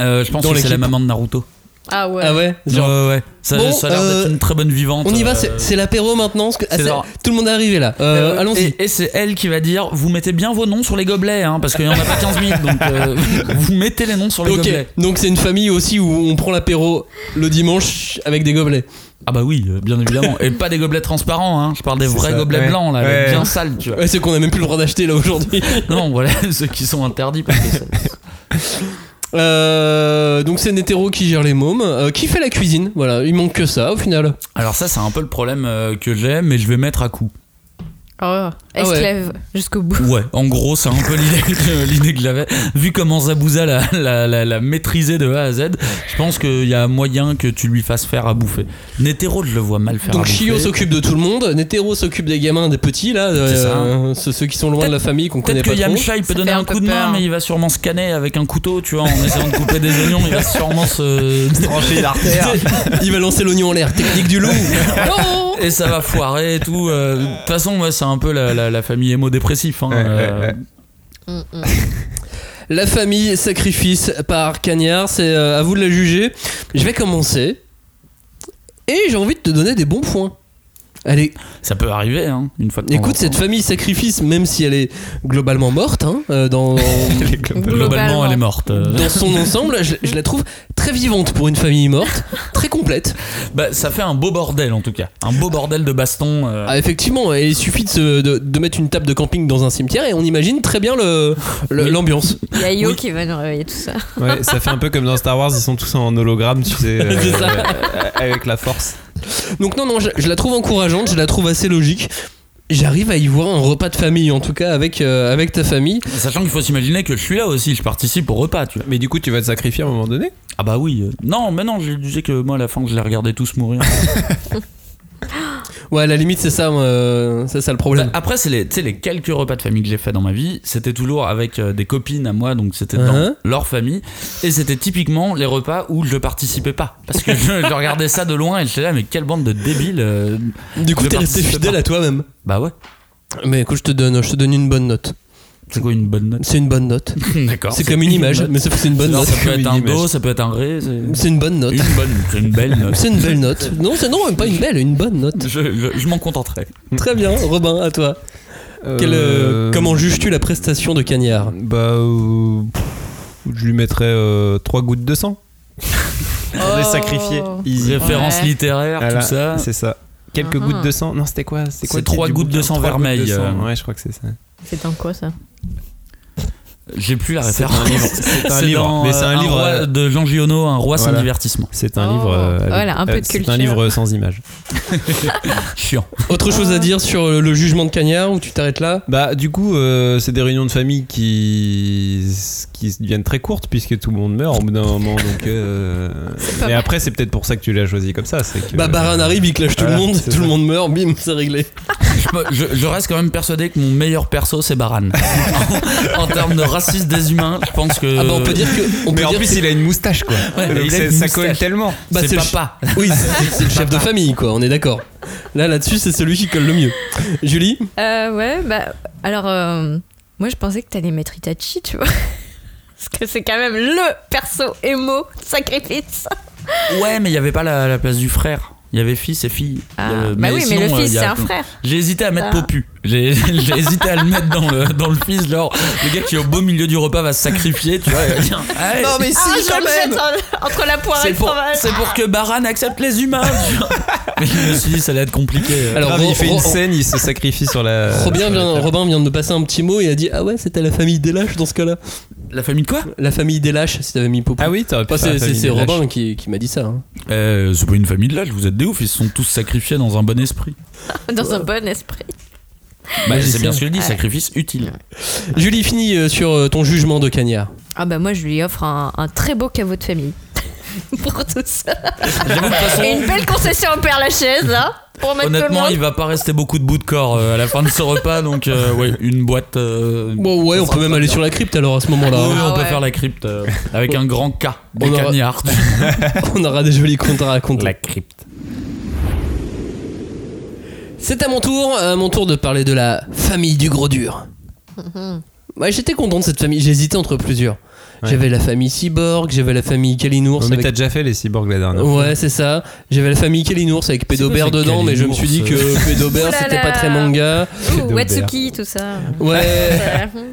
Euh, je pense Dans que c'est la l'équipe. maman de Naruto. Ah ouais. Ah ouais Genre, Ouais, ouais, ouais. Ça, Bon, ça a l'air euh, d'être une très bonne vivante. On y va, euh, c'est c'est l'apéro maintenant. parce que- ah, c'est c'est- genre- Tout le monde est arrivé là. Euh, Euh, Allons-y. Et, et c'est elle qui va dire Vous mettez bien vos noms sur les gobelets, hein, parce qu'il n'y en a pas 15 000. Donc [laughs] euh, vous mettez les noms sur les Ok, gobelets. donc c'est une famille aussi où on prend l'apéro le dimanche avec des gobelets. Ah bah oui, euh, bien évidemment. Et pas des gobelets transparents, hein. je parle des C'est vrais ça, gobelets ouais. blancs, là, Ouais. bien sales, [laughs] tu vois. Ouais, c'est qu'on a même plus le droit d'acheter là aujourd'hui. Non, voilà, [laughs] ceux qui sont interdits. Parce que ça- Euh, donc c'est Netero qui gère les mômes, Euh, qui fait la cuisine. Voilà, il manque que ça au final. Alors ça, c'est un peu le problème euh, que j'ai, mais je vais mettre à coup. Ah Oh, esclave jusqu'au bout. Ouais, en gros, c'est un peu l'idée que, [laughs] l'idée que j'avais. Vu comment Zabouza l'a, l'a, l'a- l'a maîtrisé de A à Z, je pense qu'il y a moyen que tu lui fasses faire à bouffer. Netero, je le vois mal faire Donc à bouffer. Shio s'occupe de tout le monde, Netero s'occupe des gamins, des petits là, euh, C'est ça. euh, ceux ceux qui sont loin de la famille qu'on connaît Peut-être pas que trop. Yamcha il Ça peut donner fait un, un peu coup de main, peur. mais il va sûrement se canner avec un couteau, tu vois, en essayant de couper des oignons, il va [laughs] sûrement se trancher [laughs] l'artère. Il va lancer l'oignon en [laughs] l'air, technique du loup. Oh Et ça va foirer et tout. euh, De toute façon, moi, c'est un peu la, la- la famille émo-dépressif. hein, Ouais, euh, ouais, ouais. La famille sacrifice par Cagnard, c'est euh, à vous de la juger. Je vais commencer et j'ai envie de te donner des bons points. Allez, Ça peut arriver, hein, une fois de temps en écoute cette temps. famille sacrifice, même si elle est globalement morte, hein, euh, [laughs] dans Les globes. Globalement, elle est morte. euh. dans son ensemble, je, je la trouve très vivante pour une famille morte, très complète. Bah, ça fait un beau bordel, en tout cas. Un beau bordel de baston. euh. Ah, effectivement, et il suffit de, se- de- de mettre une table de camping dans un cimetière et on imagine très bien le- le- Oui. l'ambiance. Il y a Yo Oui. qui va nous réveiller tout ça. Ouais, ça fait un peu comme dans Star Wars, ils sont tous en hologramme, tu [laughs] sais, euh, C'est ça. euh, avec la force. Donc non, non, je, je la trouve encourageante, je la trouve assez logique. J'arrive à y voir un repas de famille, en tout cas avec, euh, avec ta famille. Sachant qu'il faut s'imaginer que je suis là aussi, je participe au repas, tu vois. Mais du coup, tu vas te sacrifier à un moment donné Ah bah oui. euh. Non, mais non, je disais que moi, à la fin, je les regardais tous mourir. Ouais, à la limite, c'est ça, euh, c'est ça le Bah, [laughs] problème. après, c'est les, tu sais, les quelques repas de famille que j'ai fait dans ma vie. C'était toujours avec euh, des copines à moi, donc c'était dans Hein leur famille. Et c'était typiquement les repas où je participais pas. Parce que je, je regardais ça de loin et j'étais là, mais quelle bande de débiles. euh. du coup, je t'es resté participe fidèle pas. à toi-même. Bah ouais, Mais écoute, je te donne, je te donne une bonne note. c'est quoi une [laughs] bonne note C'est une bonne note. D'accord. C'est comme une image, note. mais sauf que c'est une bonne Non, note. ça peut comme être un une image. do, ça peut être un ré. C'est C'est une bonne note. une bonne, c'est une belle note. C'est une belle note. Non, c'est non, même pas une belle, une bonne note. Je, je- je m'en contenterai. Très bien, Robin, à toi. Quel, euh, Euh, comment juges-tu la prestation de Cagnard Bah, euh, pff, je lui mettrais 3 gouttes [laughs] de sang. On Oh. est sacrifié. Easy. Référence Ouais. littéraire, Voilà, tout ça. Ah. C'est ça. Quelques Mhm. gouttes de sang. Non, c'était quoi C'est C'est quoi le trois titre du gouttes de bouquin sang Trois gouttes de vermeil, sang. euh. Ouais, je crois que c'est ça. C'est dans quoi ça J'ai plus la C'est référence. [laughs] un livre. C'est un livre. dans, Mais euh, c'est un livre. roi euh, de Jean Giono, un roi sans Voilà. divertissement. C'est un Oh. livre. euh, avec- Voilà, un peu euh, de C'est culture. un livre sans image. Chiant. Autre chose à dire sur euh, le, le jugement de Cagnard ou tu t'arrêtes là Bah, du coup, euh, c'est des réunions de famille qui qui deviennent très courtes puisque tout le monde meurt au bout d'un moment. Donc, [laughs] euh, pas mais mal. après, c'est peut-être pour ça que tu l'as choisi comme ça. c'est que- Bah, Baran arrive, il clash tout Voilà, le monde, c'est tout le ça. Euh, monde meurt, bim, c'est réglé. [laughs] je, je reste quand même persuadé que mon meilleur perso c'est [laughs] Baran. en, en termes de racisme des humains, je pense que. Ah bah on peut dire que. On peut Mais en dire plus, que- il a une moustache, quoi. Ouais, Donc, il a c'est- une ça moustache. colle tellement. bah, c'est c'est le papa. Oui, c'est- [laughs] c'est c'est le chef de famille, quoi, on est d'accord. Là, là-dessus, c'est celui qui colle le mieux. Julie Euh, ouais, bah. Alors, euh, moi je pensais que t'allais mettre Itachi, tu vois. [laughs] Parce que c'est quand même le perso émo sacrifice. Ouais, mais il y avait pas la, la place du frère. Il y avait fils et fille. Ah, Euh, bah oui, mais sinon, le euh, fils, il y a- c'est un frère. J'ai hésité à mettre Ah. Popu. J'ai [laughs] j'ai hésité à le mettre dans le, dans le fils, genre le gars qui au beau milieu du repas va se sacrifier, tu vois. et- Allez, mais Ah, je le jette en- entre la poire et c'est le pour, fromage. c'est pour que Baran accepte les humains. tu vois. [laughs] mais je me suis dit, ça allait être compliqué. Alors, Grave, Ro- il fait une Ro- scène, il se sacrifie sur la. Robin sur la vient, table. Robin vient de passer un petit mot et a dit Ah ouais, c'était la famille des lâches dans ce cas-là. La famille de quoi La famille des lâches, si t'avais mis Popo. Ah oui, t'aurais pu Enfin, c'est- faire la c'est famille c'est des Robin lâches. qui, qui m'a dit ça. hein. Euh, c'est pas une famille de lâches, vous êtes des ouf, ils se sont tous sacrifiés dans un bon esprit. [laughs] Dans un bon esprit. Bah, Magicien. c'est bien ce que je dis, Ouais. sacrifice utile. Julie, finis euh, sur euh, ton jugement de Cagnard. Ah bah moi je lui offre un, un très beau caveau de famille. [laughs] pour tout ça. J'avoue, de toute façon, Et une belle concession au Père Lachaise, hein Pour mettre tout le Honnêtement, monde. il va pas rester beaucoup de bouts de corps euh, à la fin de ce repas, donc euh, ouais, une boîte. euh, Bon, ouais, ça on sera peut même très aller bien. sur la crypte alors à ce moment-là. Ouais, hein. on peut ouais. faire la crypte euh, avec un grand K, des On aura- [laughs] cagnards. [laughs] on aura des jolis comptes à raconter. crypte. C'est à mon tour, euh, à mon tour de parler de la famille du gros dur. Ouais, j'étais content de cette famille, j'hésitais entre plusieurs. Ouais. J'avais la famille Cyborg, j'avais la famille Kalinours. Ouais, mais avec- t'as déjà fait les cyborgs la dernière. fois. Ouais, c'est ça. J'avais la famille Kalinours avec Pédobert quoi ces dedans, mais je me suis dit que euh Kalinours, Pédobert Oulala. c'était pas très manga. Ouh, Watsuki, tout ça. Ouais. [laughs]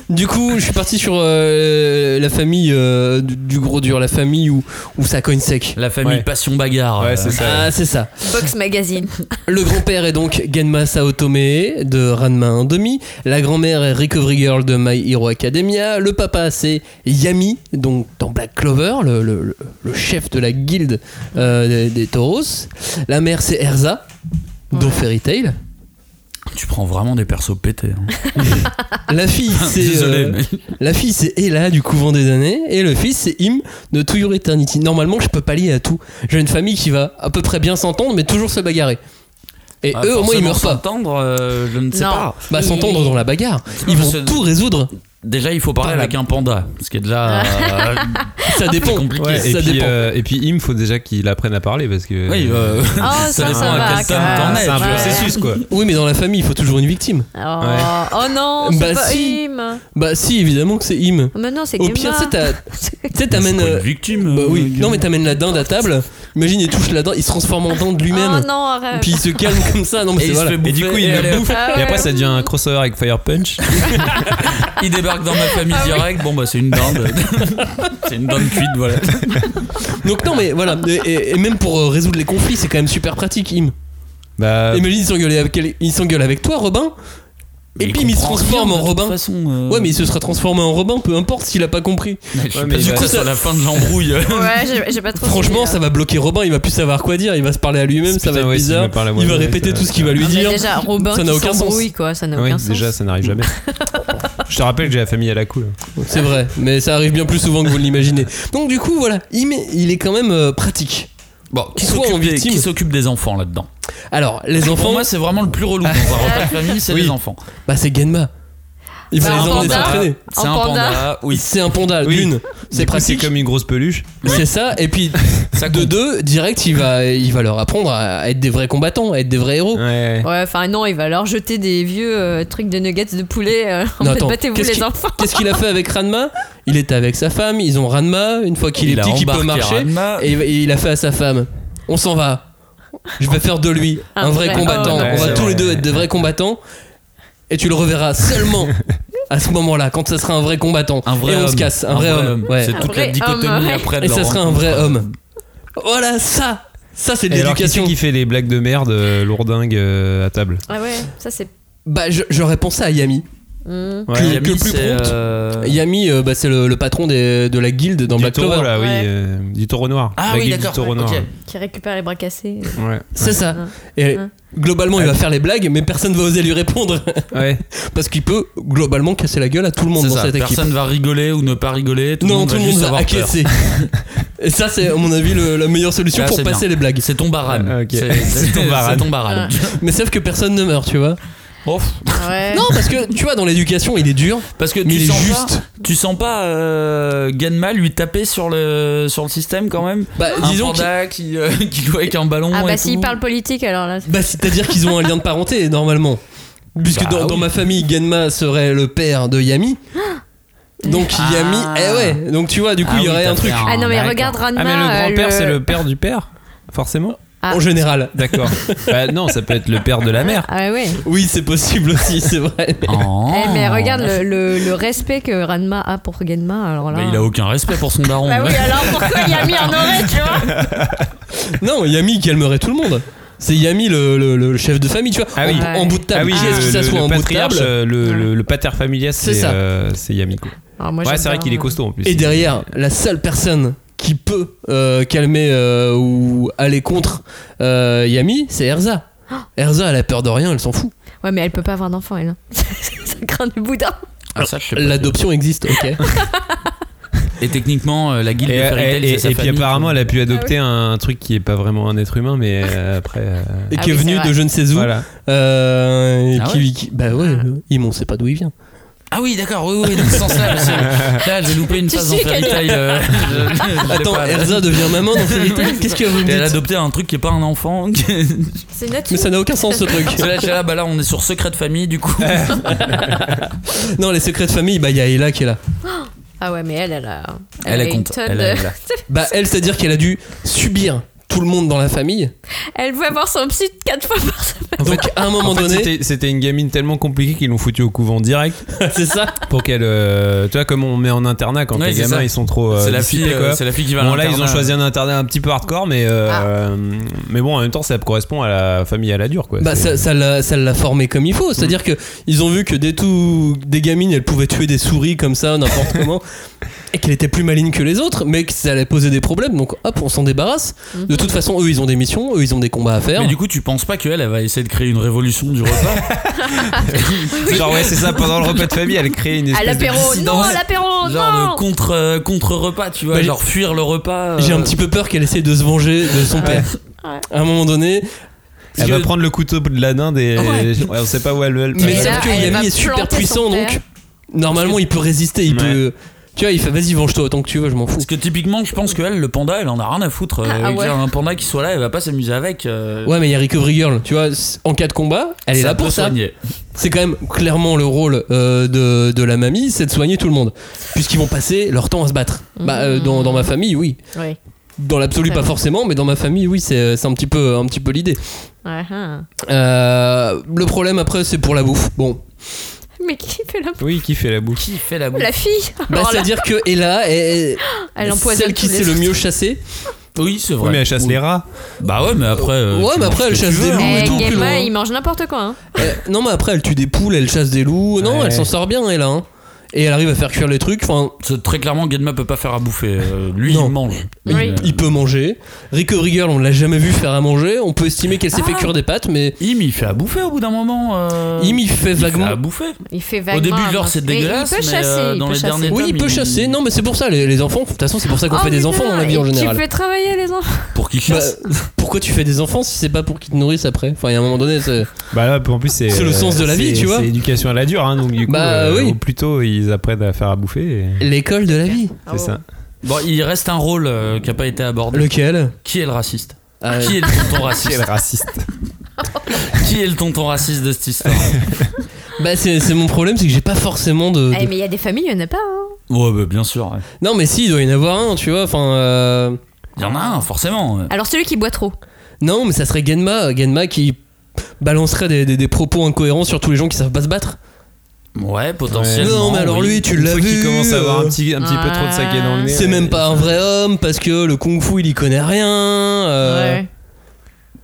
Du coup, je suis parti sur euh, la famille euh, du, du gros dur, la famille où, où ça cogne sec. La famille Ouais. passion bagarre. Ouais, euh, c'est ça. Ah, c'est ça. [laughs] Box Magazine. Le grand-père est donc Genma Saotome de Ranma 1.5. La grand-mère est Recovery Girl de My Hero Academia. Le papa, c'est Yami, donc dans Black Clover, le, le- le- le chef de la guilde euh, des, des tauros. La mère, c'est Erza, dans Fairy Tail. Tu prends vraiment des persos pétés. hein. La fille, c'est. [laughs] Désolé, euh, mais La fille c'est Ella du couvent des années et le fils c'est Im de To Your Eternity. Normalement je peux pas lier à tout. J'ai une famille qui va à peu près bien s'entendre mais toujours se bagarrer. Et Ah, eux au moins ils forcément, meurent pas. s'entendre, euh, je ne sais Non. pas. Bah s'entendre dans la bagarre. Ils vont Parce- tout résoudre. Déjà, il faut parler Par la- avec un panda, ce qui est [laughs] déjà euh, Ça dépend. compliqué. Ouais, et, ça puis, dépend. euh, et puis Im, faut déjà qu'il apprenne à parler parce que. Oui, euh, Oh, ça, ça dépend ça à va, quel stade quand t'en même. es. c'est un Ouais. processus quoi. Oui mais dans la famille il faut toujours une victime. Oh, oh non, c'est Bah pas si. Im. Bah si évidemment que c'est Im. Mais non, c'est Au Gemma. pire tu sais, t'as- tu sais t'amènes... [laughs] C'est pas euh, une victime. Bah oui. euh, Non mais t'amènes la dinde à table. Imagine il touche la dinde, il se transforme en dinde lui-même. Oh non, arrête. Puis il se calme comme ça. Non mais Et c'est il se voilà. fait bouffer, Et du coup, il et le allez, bouffe. Ah Et ouais. après, ça devient un crossover avec Fire [laughs] Punch. Il débarque dans ma famille Ah oui. direct. Bon, bah, c'est [laughs] une dinde. c'est une dinde cuite, voilà. Donc non mais voilà. Et, et- et même pour euh, résoudre les conflits c'est quand même super pratique Im. Bah, Imagine, il s'engueule avec, il s'engueule avec toi, Robin. Et puis, mais il se comprend transforme rien, en de toute Robin. façon, euh, Ouais, mais il se sera transformé en Robin, peu importe s'il a pas compris. je suis Ouais, pas mais sûr il que va- ça soit la fin de l'embrouille. Ouais, j'ai- j'ai pas trop. hein. Franchement, suivi, ça là. va bloquer Robin, il va plus savoir quoi dire, il va se parler à lui-même, ça Putain, va être ouais, s'il bizarre. me parle à Il va moi-même, répéter ça- tout ce qu'il va lui Ah, mais dire. Déjà, Robin Ça qui n'a aucun sens. s'embrouille, quoi, ça n'a ouais, aucun Ah déjà, sens. ça [laughs] n'arrive jamais. Je te rappelle que j'ai la famille à la cool. C'est vrai, mais ça arrive bien plus souvent que vous ne l'imaginez. Donc, du coup, voilà, il, met- il est quand même euh, pratique. Bon, qui Soit en s'occupe des, victime. qui s'occupe des enfants là-dedans Alors, les Pour enfants, Ah. moi, c'est vraiment le plus relou dans un repas de famille, c'est Oui. les enfants. bah, c'est Genma. Il faut Bah, les un emmener panda. s'entraîner. C'est un Un panda. panda, oui. C'est un panda, Oui. d'une, Du c'est coup, C'est pratique. comme une grosse peluche. C'est ça, et puis Ça de compte. deux, direct, il va, il va leur apprendre à être des vrais combattants, à être des vrais héros. Ouais. Ouais, enfin non, il va leur jeter des vieux euh, trucs de nuggets de poulet. euh, [laughs] en Non, fait, attends, battez-vous qu'est-ce les qui- enfants. Qu'est-ce qu'il a fait avec Ranma Il était avec sa femme, ils ont Ranma, une fois qu'il est a petit, qu'il peut embarqué marcher, Ranma. et il- et il a fait à sa femme On s'en va, je vais faire de lui un Un vrai vrai combattant, homme. on va Ouais, tous ouais, les deux ouais. être des vrais combattants, et tu le reverras seulement à ce moment-là, quand ça sera un vrai combattant. un vrai et on homme. se casse, un, vrai, homme. ouais. C'est toute vrai la homme, dichotomie ouais. après de Et ça leur sera un rencontre. vrai homme. Voilà, ça Ça, c'est de Et alors, qui c'est l'éducation. qui fait les blagues de merde euh, lourdingues euh, à table Ah ouais, ça c'est. Bah, je- j'aurais pensé à Yami. Hmm. Ouais. Mmh. Que- Yami, que plus c'est, prompte. euh, Yami, euh, bah, c'est le, le patron des- de la guilde dans du Black taureau, Clover. là, oui, Ouais. euh, du taureau noir. Ah La oui, guilde du d'accord. taureau ouais, noir. ok. Qui récupère les bras cassés. Ouais. C'est ça. Ouais. Et Ouais. globalement, il va faire les blagues, mais personne va oser lui répondre Ouais. [laughs] parce qu'il peut globalement casser la gueule à tout le monde C'est dans ça, cette équipe. personne va rigoler ou ne pas rigoler. Tout le non, monde tout va le juste monde va avoir peur. acquiescer. [laughs] Et ça, c'est à mon avis le- la meilleure solution Ah, pour c'est passer bien. les blagues. C'est ton barane. Ah, ok. C'est- C'est [laughs] ton barane. C'est ton barane. Ah. [laughs] Mais sauf que personne ne meurt, tu vois. Oh, Ouais. Non, parce que tu vois, dans l'éducation, il est dur. Parce que Mais il tu est sens, juste. pas, tu sens pas euh, Ganma lui taper sur le, sur le système quand même Bah, Un disons que. panda qui, euh, [laughs] qui joue avec un ballon. Ah et bah tout. s'il parle politique alors là. Bah, c'est-à-dire qu'ils ont un lien de parenté, normalement. Puisque Bah, dans, dans oui. ma famille, Ganma serait le père de Yami. Donc Ah. Yami, eh ouais. Donc tu vois, du coup, Ah il y oui, aurait t'as un fait truc un- Ah non [laughs] mais d'accord. regarde Ranma. Ah, mais le euh, grand-père, c'est le père du père Forcément Ah. en général. D'accord. bah, non, ça peut être le père de la mère. Ah ouais. Oui, c'est possible aussi, c'est vrai. [laughs] Oh. [laughs] Eh, mais regarde le, le- le respect que Ranma a pour Genma alors là. Ah, Mais Bah, il a aucun respect [laughs] pour son daron. Bah oui alors pourquoi il a mis [laughs] un oreille tu vois Non, Yami calmerait tout le monde. C'est Yami le, le- le chef de famille, tu vois. Ah en, oui. en bout de table. Ah oui, qui est-ce qui le, le, s'assoit le en bout de patriarche, table euh, le, le, le pater familias, C'est c'est ça. euh, c'est Yamiko. Alors, moi, ouais, j'aime c'est vrai bien, qu'il est euh, costaud en plus. Et derrière, la seule personne qui peut euh, calmer euh, ou aller contre euh, Yami, c'est Erza. Oh. Erza, elle a peur de rien, elle s'en fout. Ouais, mais elle peut pas avoir d'enfant, [laughs] elle. hein. ça craint du boudin. Ah, L'adoption existe, [laughs] Ah ok. Et techniquement, euh, la guilde Et, de Fairy Tail, et- c'est sa et puis famille, apparemment, quoi. elle a pu adopter un truc qui est pas vraiment un être humain, mais euh, après. euh, Et qui est venu de je ne sais où. Voilà. euh, et Ah qui- ouais qui- bah ouais, euh, il on sait pas d'où il vient. Ah oui, d'accord, oui, oui, dans ce sens-là, parce que Là, j'ai loupé une Tu phase en sais Fairy qu'elle- Tail. euh, je- je- je l'ai Attends, pas, là. Elsa devient maman dans [laughs] Fairy Tail Qu'est-ce que vous me Et Elle a dites adopté un truc qui est pas un enfant. [laughs] C'est naturel. Mais ça n'a aucun sens ce truc. Parce que Là, j'ai là, bah là, on est sur secret de famille, du coup. [laughs] Non, les secrets de famille, bah il y a Ella qui est là. Ah ouais, mais elle, elle a. Elle est a une contre. tonne Elle de- est là. Bah elle, c'est-à-dire qu'elle a dû subir tout le monde dans la famille. Elle veut avoir son psy quatre fois par semaine. Donc à un moment En fait, donné, c'était- C'était une gamine tellement compliquée qu'ils l'ont foutue au [laughs] couvent direct. c'est ça. Pour qu'elle. euh, tu vois, comme on met en internat quand Ouais, les c'est gamins ça. ils sont trop. euh, C'est la dissipés, fille, euh, quoi. c'est la fille qui va à Bon, là, ils l'internat. ont choisi un internat un petit peu hardcore, mais. euh, Mais bon, en même temps, ça correspond à la famille à la dure, quoi. Bah ça, C'est- ça l'a, ça l'a formé comme il faut. C'est-à-dire que ils ont vu que des tout, des gamines, elles pouvaient tuer des souris comme ça n'importe comment, et qu'elle était plus maligne que les autres, mais que ça allait poser des problèmes. Donc hop, on s'en débarrasse. De toute façon, eux, ils ont des missions, eux, ils ont des combats à faire. Mais du coup, tu penses pas qu'elle, elle va essayer de créer une révolution du repas [laughs] Genre, ouais, c'est ça, pendant le repas de famille, elle crée une À espèce de l'apéro, non, dissidence. à Oh l'apéro, Genre non. de contre, euh, contre repas, tu vois, Bah, j'ai- genre fuir le repas. euh, J'ai un petit peu peur qu'elle essaie de se venger de son père. À un moment donné, Elle Parce va que- prendre le couteau de la dinde et. Ouais. Ouais, [laughs] on sait pas où elle veut. Mais sauf là, que elle va Yami est super planter son puissant, père. donc normalement, il peut résister, il peut. Tu vois, il fait vas-y, venge-toi autant que tu veux, je m'en fous. Parce que typiquement, je pense que elle, le panda, elle en a rien à foutre. Euh, ah je veux ouais. dire, Un panda qui soit là, elle va pas s'amuser avec. euh, Ouais, mais il y a Recovery Girl, tu vois, c- en cas de combat, elle est Ça là peut pour ça. soigner. C'est quand même clairement le rôle euh, de, de la mamie, c'est de soigner tout le monde. Puisqu'ils vont passer leur temps à se battre. Bah, euh, dans, dans ma famille, oui. Oui. Dans l'absolu, pas Mmh. Totalement. forcément, mais dans ma famille, oui, c'est c'est un petit peu, un petit peu l'idée. Ouais, hein. Euh, le problème après, c'est pour la bouffe. Bon. Mais qui fait la Oui, qui fait la bouffe Qui fait la bouffe La fille Bah, Alors Oh là, c'est-à-dire que Ella est Elle empoisonne celle qui tous les sait le autres. mieux chasser. Oui, c'est vrai. mais elle chasse les rats. Bah ouais, mais après. euh, Ouais, tu mais manges après, ce elle que chasse tu des veux, loups hein. et tout. Gemma, hein. Eh, il mange n'importe quoi. hein. Euh, non, mais après, elle tue des poules, elle chasse des loups. Non, Ouais. elle s'en sort bien, Ella. hein. Et elle arrive à faire cuire les trucs. Enfin, C'est Très clairement, Gedma peut pas faire à bouffer. euh, lui, il mange. Il, il peut manger. Recovery Girl, on ne l'a jamais vu faire à manger. On peut estimer qu'elle s'est Ah. fait cuire des pâtes, mais. Im, il fait à bouffer au bout d'un moment. euh, Im, il fait vaguement. à bouffer. Il fait Au vaguement. début, genre, hein. c'est Mais dégueulasse. Il peut mais, chasser. euh, dans il peut les chasser. derniers Oui, il peut chasser. Non, mais c'est pour ça, les, les enfants. De toute façon, c'est pour ça qu'on Oh, fait des putain, enfants dans la vie en et général. Tu fais travailler les enfants. Pour qu'ils chassent. Bah, pourquoi tu fais des enfants si c'est pas pour qu'ils te nourrissent après Enfin, il y a un moment donné, c'est. Bah là, en plus, c'est. C'est le sens de la c'est- vie, tu vois. C'est éducation à la dure, hein, donc du coup, Bah, euh, oui. au plus tôt ils apprennent à faire à bouffer. et- L'école de la vie. Ah C'est ça. Bon, il reste un rôle euh, qui a pas été abordé. Lequel Qui est le raciste Ah, Qui est le tonton raciste Qui [laughs] est le raciste Qui est le tonton raciste de cette histoire Bah, c'est c'est mon problème, c'est que j'ai pas forcément de. Eh, de- mais il y a des familles, il n'y en a pas. hein. Ouais, bah, bien sûr. ouais. Non, mais si, il doit y en avoir un, tu vois. Enfin. euh, Il y en a un, forcément. ouais. Alors, celui qui boit trop. Non, mais ça serait Genma. Genma qui balancerait des, des- des propos incohérents sur tous les gens qui savent pas se battre. Ouais, potentiellement. Eh Non, mais alors oui. lui, tu Une l'as fois vu. qu'il commence à avoir un euh, petit, un petit peu trop de saké dans le nez. C'est ouais. même pas un vrai homme parce que le kung fu il y connaît rien. euh, Ouais.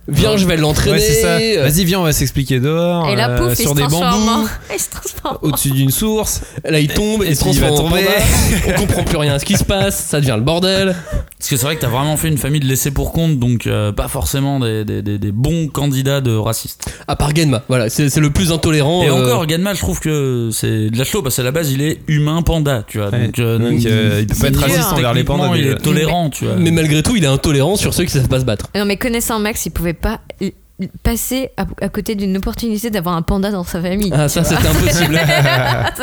Viens, je vais l'entraîner. Ouais, c'est ça. euh, Vas-y, viens, on va s'expliquer dehors. Et là, euh, pouf, il sur se des transforme. bambous, en- [laughs] Il se transforme. au-dessus d'une source. Là, il tombe et, Et se puis il va transforme en tomber. panda. [laughs] On comprend plus rien à ce qui se passe. Ça devient le bordel. Parce que c'est vrai que t'as vraiment fait une famille de laissés pour compte, donc euh, pas forcément des, des- des- des bons candidats de racistes. À part Genma, voilà, c'est c'est le plus intolérant. Et euh, encore, Ganma, je trouve que c'est de la chaud, parce qu'à la base, il est humain panda, tu vois. Ouais. Donc, euh, Donc, euh, il peut pas être techniquement, raciste envers les pandas, mais- Il est tolérant, tu vois. Mais malgré tout, il est intolérant sur ceux qui savent pas se battre. Non, mais connaissant Max, il pouvait pas l- l- passer à, à côté d'une opportunité d'avoir un panda dans sa famille. Ah, ça, c'était [laughs] impossible.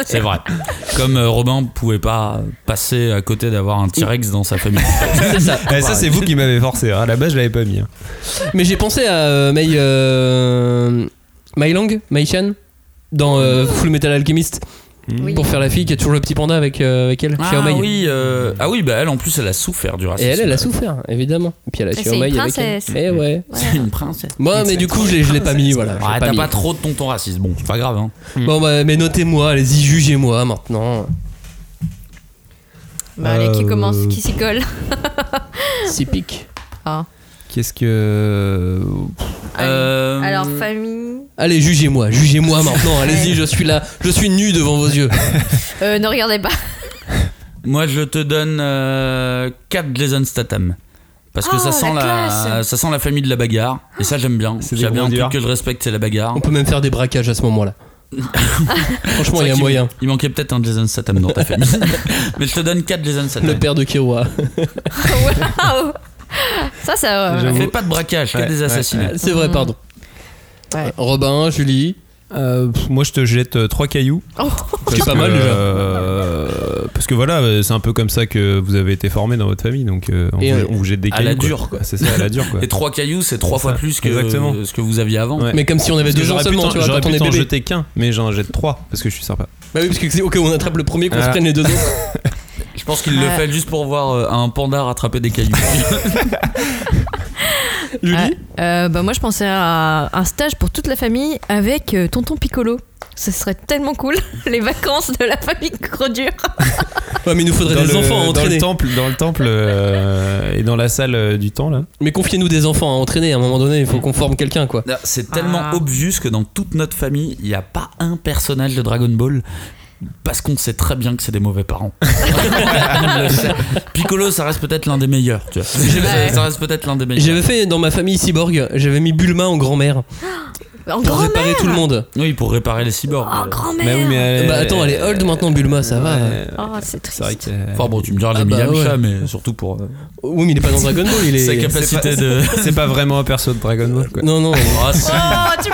C'est vrai. Comme euh, Robin pouvait pas passer à côté d'avoir un T-Rex dans sa famille. c'est ça. Eh, ça, [laughs] c'est vous qui m'avez forcé. hein. À la base, je l'avais pas mis. hein. Mais j'ai pensé à euh, Mei. Euh, Mei Lang, Mei Chan, dans euh, Full Metal Alchemist, Oui. pour faire la fille qui a toujours le petit panda avec, euh, avec elle, Ah Xiao Mei. oui, euh, ah oui, bah elle en plus elle a souffert du Et racisme. Euh, elle, elle a souffert, évidemment. Et puis elle a c'est Xiao une Mei avec elle. princesse. Eh ouais. C'est une princesse. Moi, mais du coup, je l'ai- je l'ai pas mis, voilà. je l'ai Ah, pas t'as mis. pas trop de tonton raciste. Bon, c'est pas grave. Hein. Bon, bah, mais notez-moi, allez-y, jugez-moi maintenant. Bah, allez, qui Euh, commence Qui s'y colle C'est pique. Ah. Qu'est-ce que. Euh, Alors, famille. Allez, [laughs] jugez-moi, jugez-moi maintenant, allez-y, je suis là, je suis nu devant vos yeux. Euh, ne regardez pas. [laughs] Moi, je te donne euh, 4 Jason Statham. Parce que Oh, ça, sent la la, classe. ça sent la famille de la bagarre. Et ça, j'aime bien. C'est des J'ai gros bien un truc durs. que je respecte, c'est la bagarre. On peut même faire des braquages à ce [laughs] moment-là. Franchement, il y a moyen. Il manquait peut-être un Jason Statham [laughs] dans ta famille. [laughs] Mais je te donne 4 Jason Statham. Le père de Kiowa. Waouh Oh. Ça, ça. J'avoue. Fais pas de braquage, fais Ouais, des assassinats. ouais, [laughs] ouais. C'est vrai, pardon. Euh, Robin, Julie. moi, je te jette euh, trois cailloux. C'est Parce pas que, mal, déjà. euh, parce que voilà, euh, c'est un peu comme ça que vous avez été formé dans votre famille, donc euh, on, Et, vous, euh, on vous jette des à cailloux. la dure, quoi. C'est ça, à la [laughs] dure, quoi. Et trois cailloux, c'est trois C'est fois ça, plus que Exactement. ce que vous aviez avant. Ouais. Mais comme si on avait Parce que deux gens j'aurais pu seulement, t'en- tu vois, J'aurais quand pu on est t'en bébé. jeter qu'un, mais j'en jette trois parce que je suis sympa. Bah oui, parce que c'est ok, on attrape le premier, qu'on se Ah. prenne les deux [laughs] autres. Je pense qu'il le Ouais. fait juste pour voir euh, un panda rattraper [laughs] des cailloux. Euh, bah, moi, je pensais à un stage pour toute la famille avec euh, tonton Piccolo. Ce serait tellement cool, [laughs] les vacances de la famille Grodure. Ouais, mais il nous faudrait Dans des le- enfants à dans entraîner. le temple, dans le temple euh, et dans la salle euh, du temps là. Mais confiez-nous des enfants à entraîner, à un moment donné, il faut qu'on forme quelqu'un, quoi. Non, C'est tellement Ah. obvious que dans toute notre famille, il n'y a pas un personnage de Dragon Ball parce qu'on sait très bien que c'est des mauvais parents. [laughs] On le sait. Piccolo, ça reste peut-être l'un des meilleurs. tu vois. Ça reste peut-être l'un des meilleurs. J'avais fait dans ma famille cyborg, j'avais mis Bulma en grand-mère. En Pour réparer tout le monde. Oui, pour réparer les cyborgs. Oh, grand-mère Bah, euh, attends, elle est old maintenant, Bulma, ça va. Oh, c'est triste. Enfin bon, tu me diras, Ah j'ai mis bah Yamcha, ouais. mais surtout pour. euh, Oui, mais il est pas dans Dragon Ball, il est. Sa capacité c'est pas- de. [laughs] C'est pas vraiment un perso de Dragon Ball quoi. [laughs] Non, non. Oh, si. tu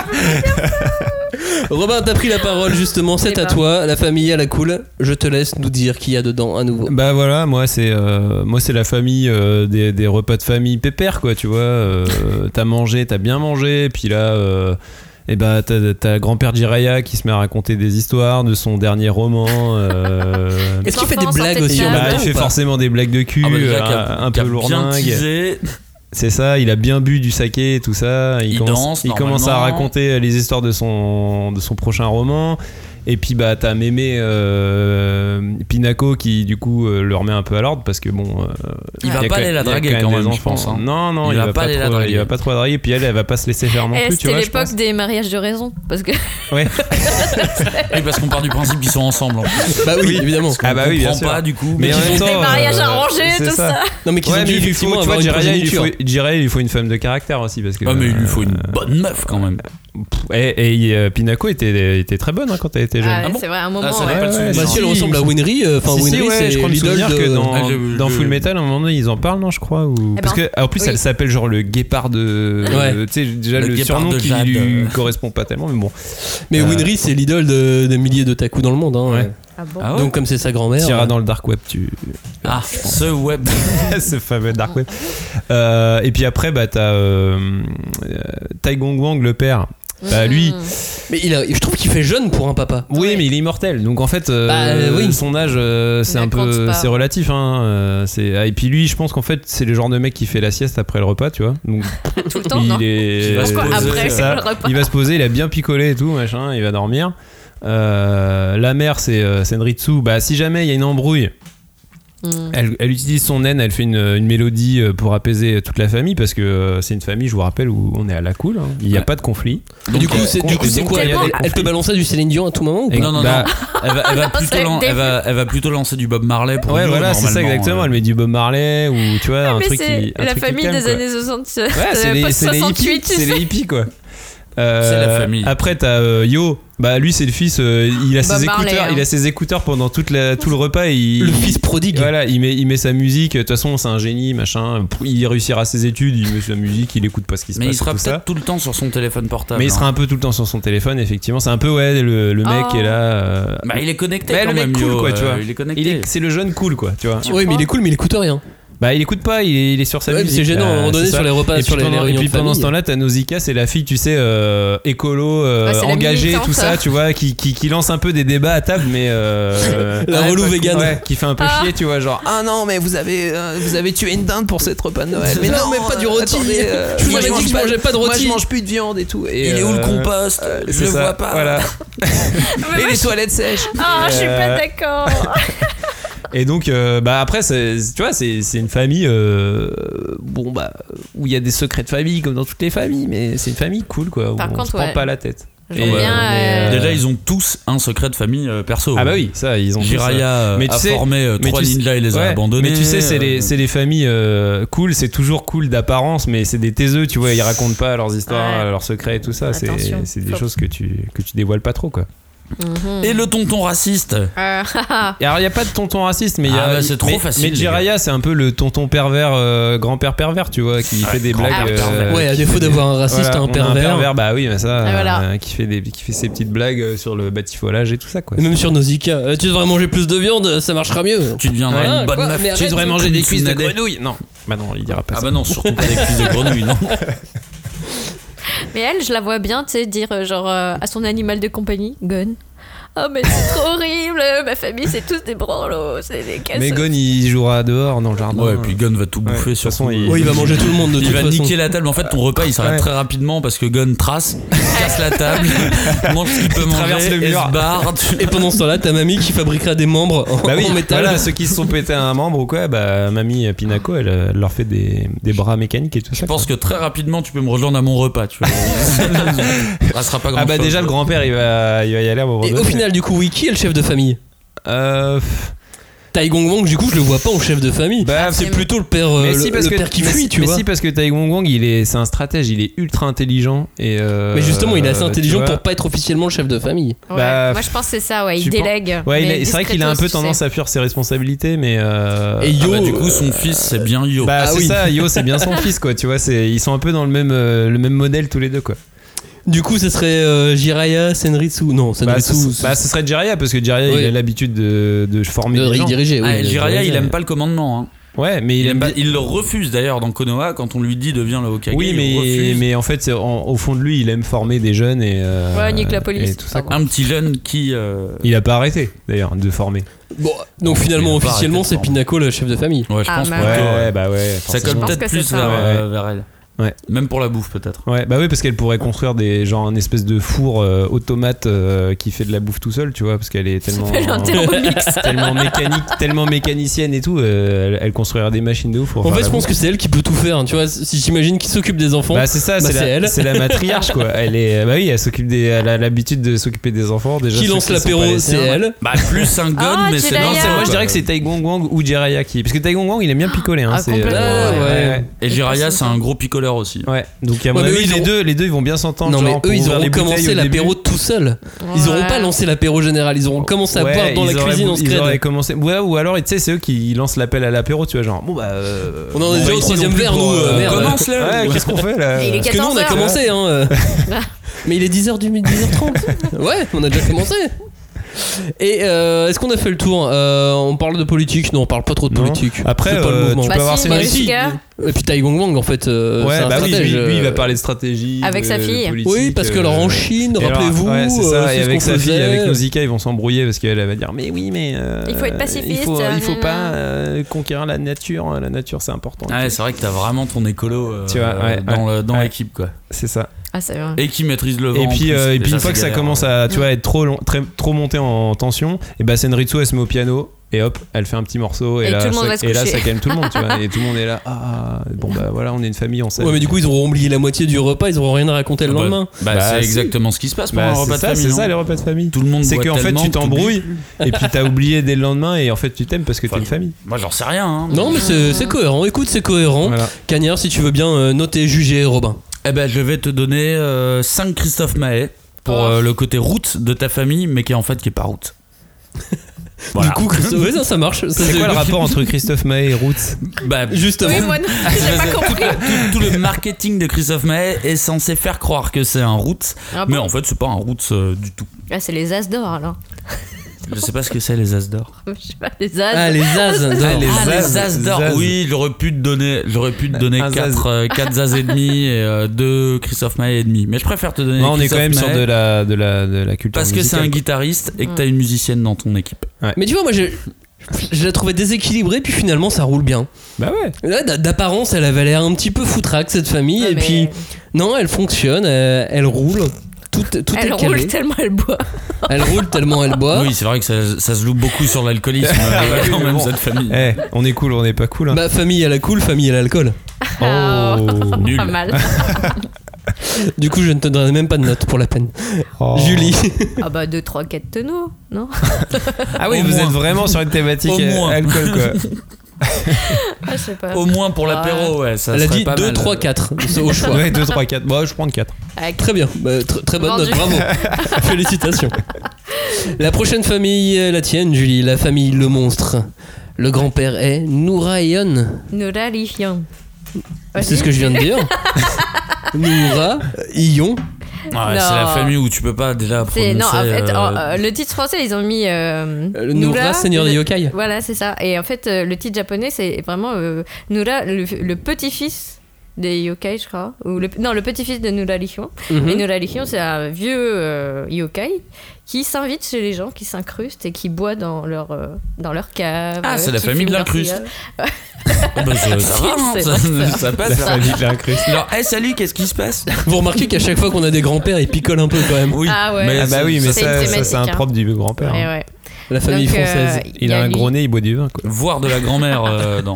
Robin, t'as pris la parole justement, c'est à toi, la famille à la cool. Je te laisse nous dire qui y a dedans à nouveau. Bah voilà, moi c'est euh, moi c'est la famille euh, des, des repas de famille pépère quoi, tu vois. euh, t'as mangé, t'as bien mangé, et puis là. euh, eh ben, t'as, t'as grand-père Jiraya qui se met à raconter des histoires de son dernier roman. euh, Est-ce qu'il fait des blagues aussi en Bah, même temps il fait ou pas forcément des blagues de cul, Ah bah déjà euh, qu'il a- un, un qu'il peu a bien lourdingue. teasé. C'est ça, il a bien bu du saké et tout ça. Il, Il commence, danse, il commence à normalement. raconter euh, les histoires de son, de son prochain roman. Et puis bah t'as mémé euh, Pinaco qui du coup euh, le remet un peu à l'ordre parce que bon euh, Il va y pas a quand- aller la il y a draguer même quand des même, je enfants. pense, hein. Non non il, va, pas, aller la trop, draguer. il va pas trop la draguer puis elle elle va pas se laisser faire non Eh, plus tu C'était vois je pense. l'époque des mariages de raison. Parce que. Ouais. Oui, parce qu'on part du principe qu'ils sont ensemble. en plus. Bah oui, évidemment. Parce qu'on Ah bah oui, bien comprend sûr. pas du coup. Ah, Mais [laughs] mais en qu'ils même ont- temps, Des mariages arrangés, c'est tout ça. Non, mais qu'ils Ouais, ont dû il lui effectivement faut, tu avoir vois, une Bah, Jiraya, il lui faut- progéniture. Jiraya, il lui faut une femme de caractère aussi parce que Ah, mais il lui faut une euh, bonne meuf quand même. Et, et, euh, Pinaco était, était très bonne hein, quand elle était jeune. Ah, c'est vrai, à un moment. Ah, ça ouais. n'est pas le souvenir. Bah si elle ressemble à Winry, euh, enfin Si, si, Winry ouais, c'est je crois me l'idole souvenir de... que euh, dans, Ah, je- dans je- Full Metal, à un moment donné, ils en parlent, non, je crois. Ou... Eh Parce ben, que, en plus, oui. elle s'appelle genre le guépard de. Ouais. euh, tu sais, déjà Le le, guépard surnom de qui Jade. lui correspond pas tellement, mais bon. Mais Euh, Winry c'est l'idole de, de milliers de taku dans le monde. Hein. Ouais. Ah bon Ah ouais Donc comme c'est sa T'iras Eh, grand-mère... euh, dans le dark web, tu. [laughs] Ah, ce [laughs] web. ce fameux dark web. Euh, et puis après, bah, t'as euh, euh, Tai Gong Wang, le père. Bah, lui, Mm. Mais il a- je trouve qu'il fait jeune pour un papa. Oui, mais il est immortel. Donc en fait, euh, Bah, oui. son âge, euh, c'est Il un ne compte peu, pas. c'est relatif. Hein. euh, c'est ah, et puis lui, je pense qu'en fait, c'est le genre de mec qui fait la sieste après le repas, tu vois. Donc Tout le temps, il non est, Qui va se Pourquoi poser, après c'est ça. le repas il va se poser, il a bien picolé et tout, machin. Il va dormir. Euh, la mère, c'est euh, Senritsu. Bah, si jamais il y a une embrouille, Hmm. elle, elle utilise son naine, elle fait une, une mélodie euh, pour apaiser toute la famille parce que euh, c'est une famille, je vous rappelle, où on est à la cool. hein. Il n'y a Ouais. pas de conflit. du coup euh, c'est con- du coup, c'est donc, quoi il y elle, a des- elle peut balancer du Céline Dion à tout moment ou Et- pas Non, non, Bah, non. Elle va, elle va plutôt c'est lan- le elle, va, elle va plutôt lancer du Bob Marley pour Ouais, Dio, voilà, c'est ça normalement, exactement. euh. Elle met du Bob Marley ou tu vois, un Mais truc c'est qui. un la truc qui famille calme, des quoi. années 60. Ouais, c'est les, c'est les hippies. 68, tu C'est les sais. hippies, quoi. Euh, [laughs] C'est la famille. Après, t'as euh, Yo. Bah, lui, c'est le fils. euh, il, a ses Bob écouteurs, Marley, hein. il a ses écouteurs pendant toute la, tout le repas. et il, Le fils prodigue. Voilà, il met, il met sa musique. De toute façon, c'est un génie, machin. Il réussira ses études, il met sa musique, il écoute pas ce qui se Mais il passe. sera et tout ça. peut-être tout le temps sur son téléphone portable. Mais il sera hein. un peu tout le temps sur son téléphone, effectivement. C'est un peu, ouais, le, le mec Oh. est là. euh, Bah, il est connecté mais quand le mec même, cool, Yo, quoi, tu euh, vois. Il est connecté. Il est- C'est le jeune cool, quoi, tu vois. Ouais mais il est cool mais il écoute rien. Bah il écoute pas, il est, il est sur sa Ouais, musique. c'est gênant, à un moment Euh, donné, c'est sur ça. les repas, et sur puis les pendant, et réunions puis de pendant ce famille. temps-là, t'as Nausicaa, c'est la fille, tu sais, euh, écolo, euh, Ouais, Ah, c'est la engagée, militante. tout ça, tu vois, qui, qui, qui lance un peu des débats à table, mais euh, [laughs] La ouais, relou pas- vegan. ouais, qui fait un peu Ah. chier, tu vois, genre ah non mais vous avez euh, vous avez tué une dinde pour cette repas de Noël. Mais non, euh, mais pas du rôti. Je vous avais dit que je mangeais pas de rôti. plus de viande et tout. Et Il est où le euh, compost euh, Je c'est le ça, vois pas. Voilà. Mais moi, je- toilettes sèches. Ah, je suis Euh, pas d'accord. Et donc, euh, bah après, c'est- c'est- tu vois, c'est c'est une famille, euh, bon bah, où il y a des secrets de famille comme dans toutes les familles, mais c'est une famille cool quoi. où Par on contre, se prend ouais. pas la tête. J'aime bien, euh, [laughs] Déjà, ils ont tous un secret de famille euh, perso. Ah bah oui, ça, ils ont tous, Jiraya euh, mais mais tu a sais- formé euh, mais trois tu sais- ninjas et les ouais, a abandonnés. Mais tu sais, c'est les, euh, c'est les familles euh, cool, c'est toujours cool d'apparence, mais c'est des taiseux, tu vois, ils racontent pas leurs histoires, leurs secrets et tout ça. C'est Attention. c'est des choses que tu, que tu dévoiles pas trop, quoi. Euh, mhm. Et le tonton raciste Euh, haha. Et Alors, il n'y a pas de tonton raciste, mais il y a. Ah bah, c'est trop mais- facile, Mais les Jiraya, c'est un peu le tonton pervers, euh, grand-père pervers, tu vois, qui Ouais, fait des Ah, grand-père blagues. pervers. Ouais, à qui défaut fait des- d'avoir un raciste, Euh, Voilà, un on a pervers. Bah oui, mais ça. Et voilà. euh, qui, fait des, qui fait ses petites blagues euh, sur le batifolage et tout ça, quoi. Et Même sur Nausicaa, Euh, tu devrais manger plus de viande, ça marchera mieux. Tu deviendras Voilà, une bonne quoi, meuf. mais tu arrête de devrais manger des cuisses de Tsunade. grenouille Non, bah non, il dira pas Ah ça. bah non, surtout pas des cuisses de grenouille, [laughs] non. mais elle, je la vois bien, tu sais, dire euh, genre euh, à son animal de compagnie, Gun. Oh, mais c'est trop [laughs] horrible, ma famille, c'est tous des branlots, c'est des casses. Mais Gon, il jouera dehors dans le jardin. Ouais, et puis Gun va tout Ouais, de bouffer toute sur façon, son. il- Oui, il va manger tout le monde de Il toute va façon. niquer la table, mais en fait ton repas il s'arrête Ouais. très rapidement parce que Gun trace, casse la [laughs] table, mange ce qu'il peut traverse manger, le et mur. se barre. [laughs] Tu- Et pendant ce temps-là, ta mamie qui fabriquera des membres en, Bah oui, en métal. voilà, ceux qui se sont pété un membre ou quoi, bah mamie Pinaco, elle, euh, leur fait des, des bras mécaniques et tout ça. Je pense que très rapidement tu peux me rejoindre à mon repas, tu [laughs] vois. Ça sera pas grand Ah bah déjà le grand-père il va, il va y aller à un moment Et au donné. final, du coup, oui, qui est le chef de famille Euh, pff, Tai Gong Wang, du coup, je le vois pas en chef de famille. bah, c'est plutôt le père, euh, mais le, si, parce le que- père qui mais fuit, si- tu mais vois. si, parce que Tai Wong Wong, il est, c'est un stratège, il est ultra intelligent et. euh, mais justement, il est assez tu intelligent vois. pour pas être officiellement le chef de famille. Ouais, Bah, Moi, je pense que c'est ça, ouais, il tu délègue. Ouais, il mais est- c'est vrai qu'il a un discretos, peu tu tendance sais. à fuir ses responsabilités, mais. euh, Et Ah Yo, bah, du coup euh, son fils c'est bien Yo. Bah Ah c'est oui. ça, Yo c'est bien son fils quoi, tu vois, c'est ils sont un peu dans le même euh, le même modèle tous les deux quoi. Du coup, ce serait euh, Jiraiya, Senritsu. Non, Bah Senritsu. ce, bah, ce serait Jiraya parce que Jiraya Oui. il a l'habitude de, de former de des gens. rediriger, oui. Ah, Jiraiya il Jiraiya. euh, aime pas le commandement. hein. Ouais, mais Il, il, aime aime bien- pas- il le refuse d'ailleurs dans Konoha quand on lui dit deviens le Hokage. Oui, il mais, refuse. mais en fait, c'est- en- au fond de lui, il aime former des jeunes et. euh, Ouais, nique la police. et tout ça, quoi. un petit jeune qui euh, Il a pas arrêté d'ailleurs de former. Bon, donc finalement, Il va pas officiellement, arrêter c'est de Pinaco le chef de famille. ouais je Ah, pense mince. Ouais, plutôt, ouais. ouais, bah ouais. ça forcément. colle Je peut-être pense que plus c'est vers, ça, ouais. euh, vers elle Ouais. même pour la bouffe peut-être Ouais, bah oui, parce qu'elle pourrait construire des genre un espèce de four euh, automate euh, qui fait de la bouffe tout seul, tu vois, parce qu'elle [laughs] est tellement s'appelle un thermomix. [laughs] tellement mécanique, tellement mécanicienne et tout, euh, elle, elle construira des machines de ouf. pour En faire fait, la je pense bouffe. que c'est elle qui peut tout faire. hein, Tu vois, si j'imagine qu'il s'occupe des enfants. Bah c'est ça, bah, c'est c'est la, elle. c'est la matriarche quoi. Elle est, bah oui, elle s'occupe des, elle a l'habitude de s'occuper des enfants. Déjà, qui ceux lance sont pas l'apéro, les c'est siens. elle. bah plus un god [laughs] Ah, mais c'est Jiraiya. non, c'est C'est- moi quoi. je dirais que c'est Tai Gong Wang ou Jiraya qui. Parce que Tai Gong Wang il aime bien picoler. Hein, Ah, c'est, complètement, ouais. et Jiraya c'est un gros picoleur aussi Ouais, donc à Ouais, mon mais eux, avis, ils les, auront- deux, les deux ils vont bien s'entendre. Non, mais genre, pour eux, ils ouvrir les auront bouteilles commencé au début. l'apéro tout seuls. Ils auront Ouais. pas lancé l'apéro général. Ils auront commencé à Ouais, boire dans la ils auraient- cuisine en ils auraient scred. commencé. Ouais, ou alors, tu sais, c'est eux qui lancent l'appel à l'apéro, tu vois, genre, bon bah. euh, On en est va déjà au ici troisième non plus verre, pour, nous, euh, merde. Commence là. Ouais, qu'est-ce qu'on fait là Et il est Parce que nous, on a 14h. commencé, hein. euh. Mais il est 10h du 10h30. Ouais, on a déjà commencé. Et euh, est-ce qu'on a fait le tour Euh, On parle de politique Non, on parle pas trop de Non. politique. Après, C'est pas le euh, mouvement. tu Bah peux avoir si, ses mais récits. le gars, Et puis Tai Gong Wang, en fait, euh, c'est Ouais, un bah oui, stratège. lui, lui, il va euh. parler de stratégie. Avec sa de fille. politique, Oui, parce que euh, alors en Chine, et alors, rappelez-vous, ouais, c'est euh, ça, c'est et ce avec qu'on sa fille, faisait. avec Nausicaa, ils vont s'embrouiller parce qu'elle elle va dire Mais oui, mais. euh, Il faut être Il pacifiste, Mmh. faut, il faut nanana. pas euh, conquérir la nature, hein, la nature c'est important. Ah ouais, c'est vrai que t'as vraiment ton écolo euh, Tu vois, ouais, dans le- dans ouais. l'équipe quoi C'est ça. Ah, c'est vrai. et qui maîtrise le vent Et en puis, plus. euh, et puis Déjà, une fois c'est que ça galère, hein. commence ouais. à tu vois, être trop, long, très- trop monté en tension, et bah Senritsu elle se met au piano et hop, elle fait un petit morceau et, Et là, tout le monde ça, va se et là coucher. ça calme tout le monde, [laughs] tu vois, et tout le monde est là, ah bon bah voilà, on est une famille, on s'aime. Ouais, mais du coup, ils auront oublié la moitié du repas, ils auront rien à raconter le Bah, lendemain. bah, Bah, c'est si. exactement ce qui se passe pendant Bah, un c'est repas de ça, famille c'est ça non les repas de famille. tout le monde C'est boit qu'en fait tellement tu que t'oublies. t'embrouilles et puis t'as oublié dès le lendemain et en fait tu t'aimes parce que t'es Enfin, une famille. moi j'en sais rien hein. Non, mais c'est c'est cohérent. Écoute, c'est cohérent. Voilà. Cagnard, si tu veux bien euh, noter, juger Robin. Eh ben, je vais te donner 5 Christophe Mahé pour Oh. euh, le côté route de ta famille, mais qui est en fait qui est pas [laughs] route. Voilà. Du coup, que- ouais, ça, ça marche. Ça, C'est quoi [laughs] le rapport entre Christophe Maé et Roots Bah, Justement. Oui, [laughs] moi, non, j'ai pas compris. tout le marketing de Christophe Mahé est censé faire croire que c'est un route, Ah mais bon en fait c'est pas un route euh, du tout. Ah, c'est les As d'or alors. [laughs] Je sais pas ce que c'est les As d'or. Je sais pas, les As. Ah, les As. Ah, non. les Ah, les As As d'or. Zaz. Oui, j'aurais pu te donner, j'aurais pu te donner Un 4 Zaz. Zaz et demi et 2 Christophe Mahé et demi. Mais je préfère te donner Non, On est quand Christophe même sur Mahé de la, Mm. de la, de la culture. parce que c'est un musicale, guitariste et que t'as une musicienne dans ton équipe. Mais tu vois, moi, je, je la trouvais déséquilibrée, puis finalement, ça roule bien. quoi. Bah ouais. Là, d- d'apparence, elle avait l'air un petit peu foutraque, cette famille. Ah, et mais puis, non, elle fonctionne, euh, elle, roule. Tout, tout Elle est roule calé. tellement elle boit. Elle roule tellement elle boit. Oui, c'est vrai que ça, ça se loue beaucoup sur [laughs] l'alcoolisme bah euh, oui, quand mais même bon. cette famille. Eh, on est cool, on est pas cool. [laughs] hein. Bah, famille à la cool, famille à l'alcool. Ah, Oh. Nul. Pas mal. Du coup, je ne te donnerai même pas de note pour la peine. Oh. Julie. Ah bah 2, 3, 4 tonneaux, [laughs] non Ah oui, Au vous moins. êtes vraiment sur une thématique Au euh, moins. alcool quoi. Ah, je sais pas. Au moins pour l'apéro, ouais, ça Elle a serait dit pas 2, mal. 3, 4. C'est au choix. Ouais, 2, 3, 4. Bon, je prends 4. Ah, Très bien. Bah, tr- très bonne note. Vendu. Bravo. [laughs] Félicitations. La prochaine famille, euh, la tienne, Julie. La famille Le Monstre. Le grand-père est Nouraïon. Nora Lifion. C'est ce que je viens de [laughs] dire. Noura, Ion. Ouais, c'est la famille où tu peux pas déjà C'est- prononcer. Non, en fait, euh, en- [laughs] euh, le titre français, ils ont mis. euh, Le Noura, seigneur des yokai. Voilà, c'est ça. Et en fait, euh, le titre japonais, c'est vraiment euh, Nura, le, le petit-fils des yokai, je crois. Ou le, non, le petit-fils de Nura Lichion. Mhm. Et Nura Lichion, c'est un vieux euh, yokai qui s'invite chez les gens, qui s'incruste et qui boit dans leur, euh, dans leur cave. Ah, c'est euh, la qui famille de fume leur l'incruste. cigare. ah bah, ça, ça Si, va, non, c'est ça, vrai, ça, passe. La famille de l'incruste. Alors, hey, salut, qu'est-ce qui se passe Vous remarquez qu'à chaque fois qu'on a des grands-pères, ils picolent un peu quand même. Oui. Ah ouais. Ah bah oui, mais c'est une ça, ça, c'est un thématique, hein. propre du grand-père. Ouais, hein. ouais. La famille Donc, euh, française. il Il y a un lui. gros nez, il boit du vin quoi. Voir de la grand-mère euh, [laughs] non.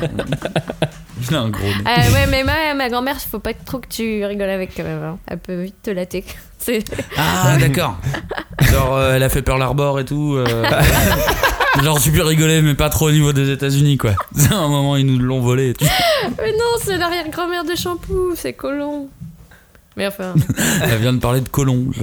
Il a un gros nez. Ah ouais, mais ma, ma grand-mère, faut pas trop que tu rigoles avec quand même. hein. Elle peut vite te latter. [laughs] C'est- Ah, d'accord. Genre, euh, elle a fait Pearl Harbor et tout. [laughs] euh, Genre, tu peux rigoler, mais pas trop au niveau des États-Unis, quoi. [laughs] À un moment, ils nous l'ont volé. Mais non, c'est l'arrière-grand-mère de Shampoo, c'est Colon. Mais enfin, Elle vient de parler de Colomb. Je,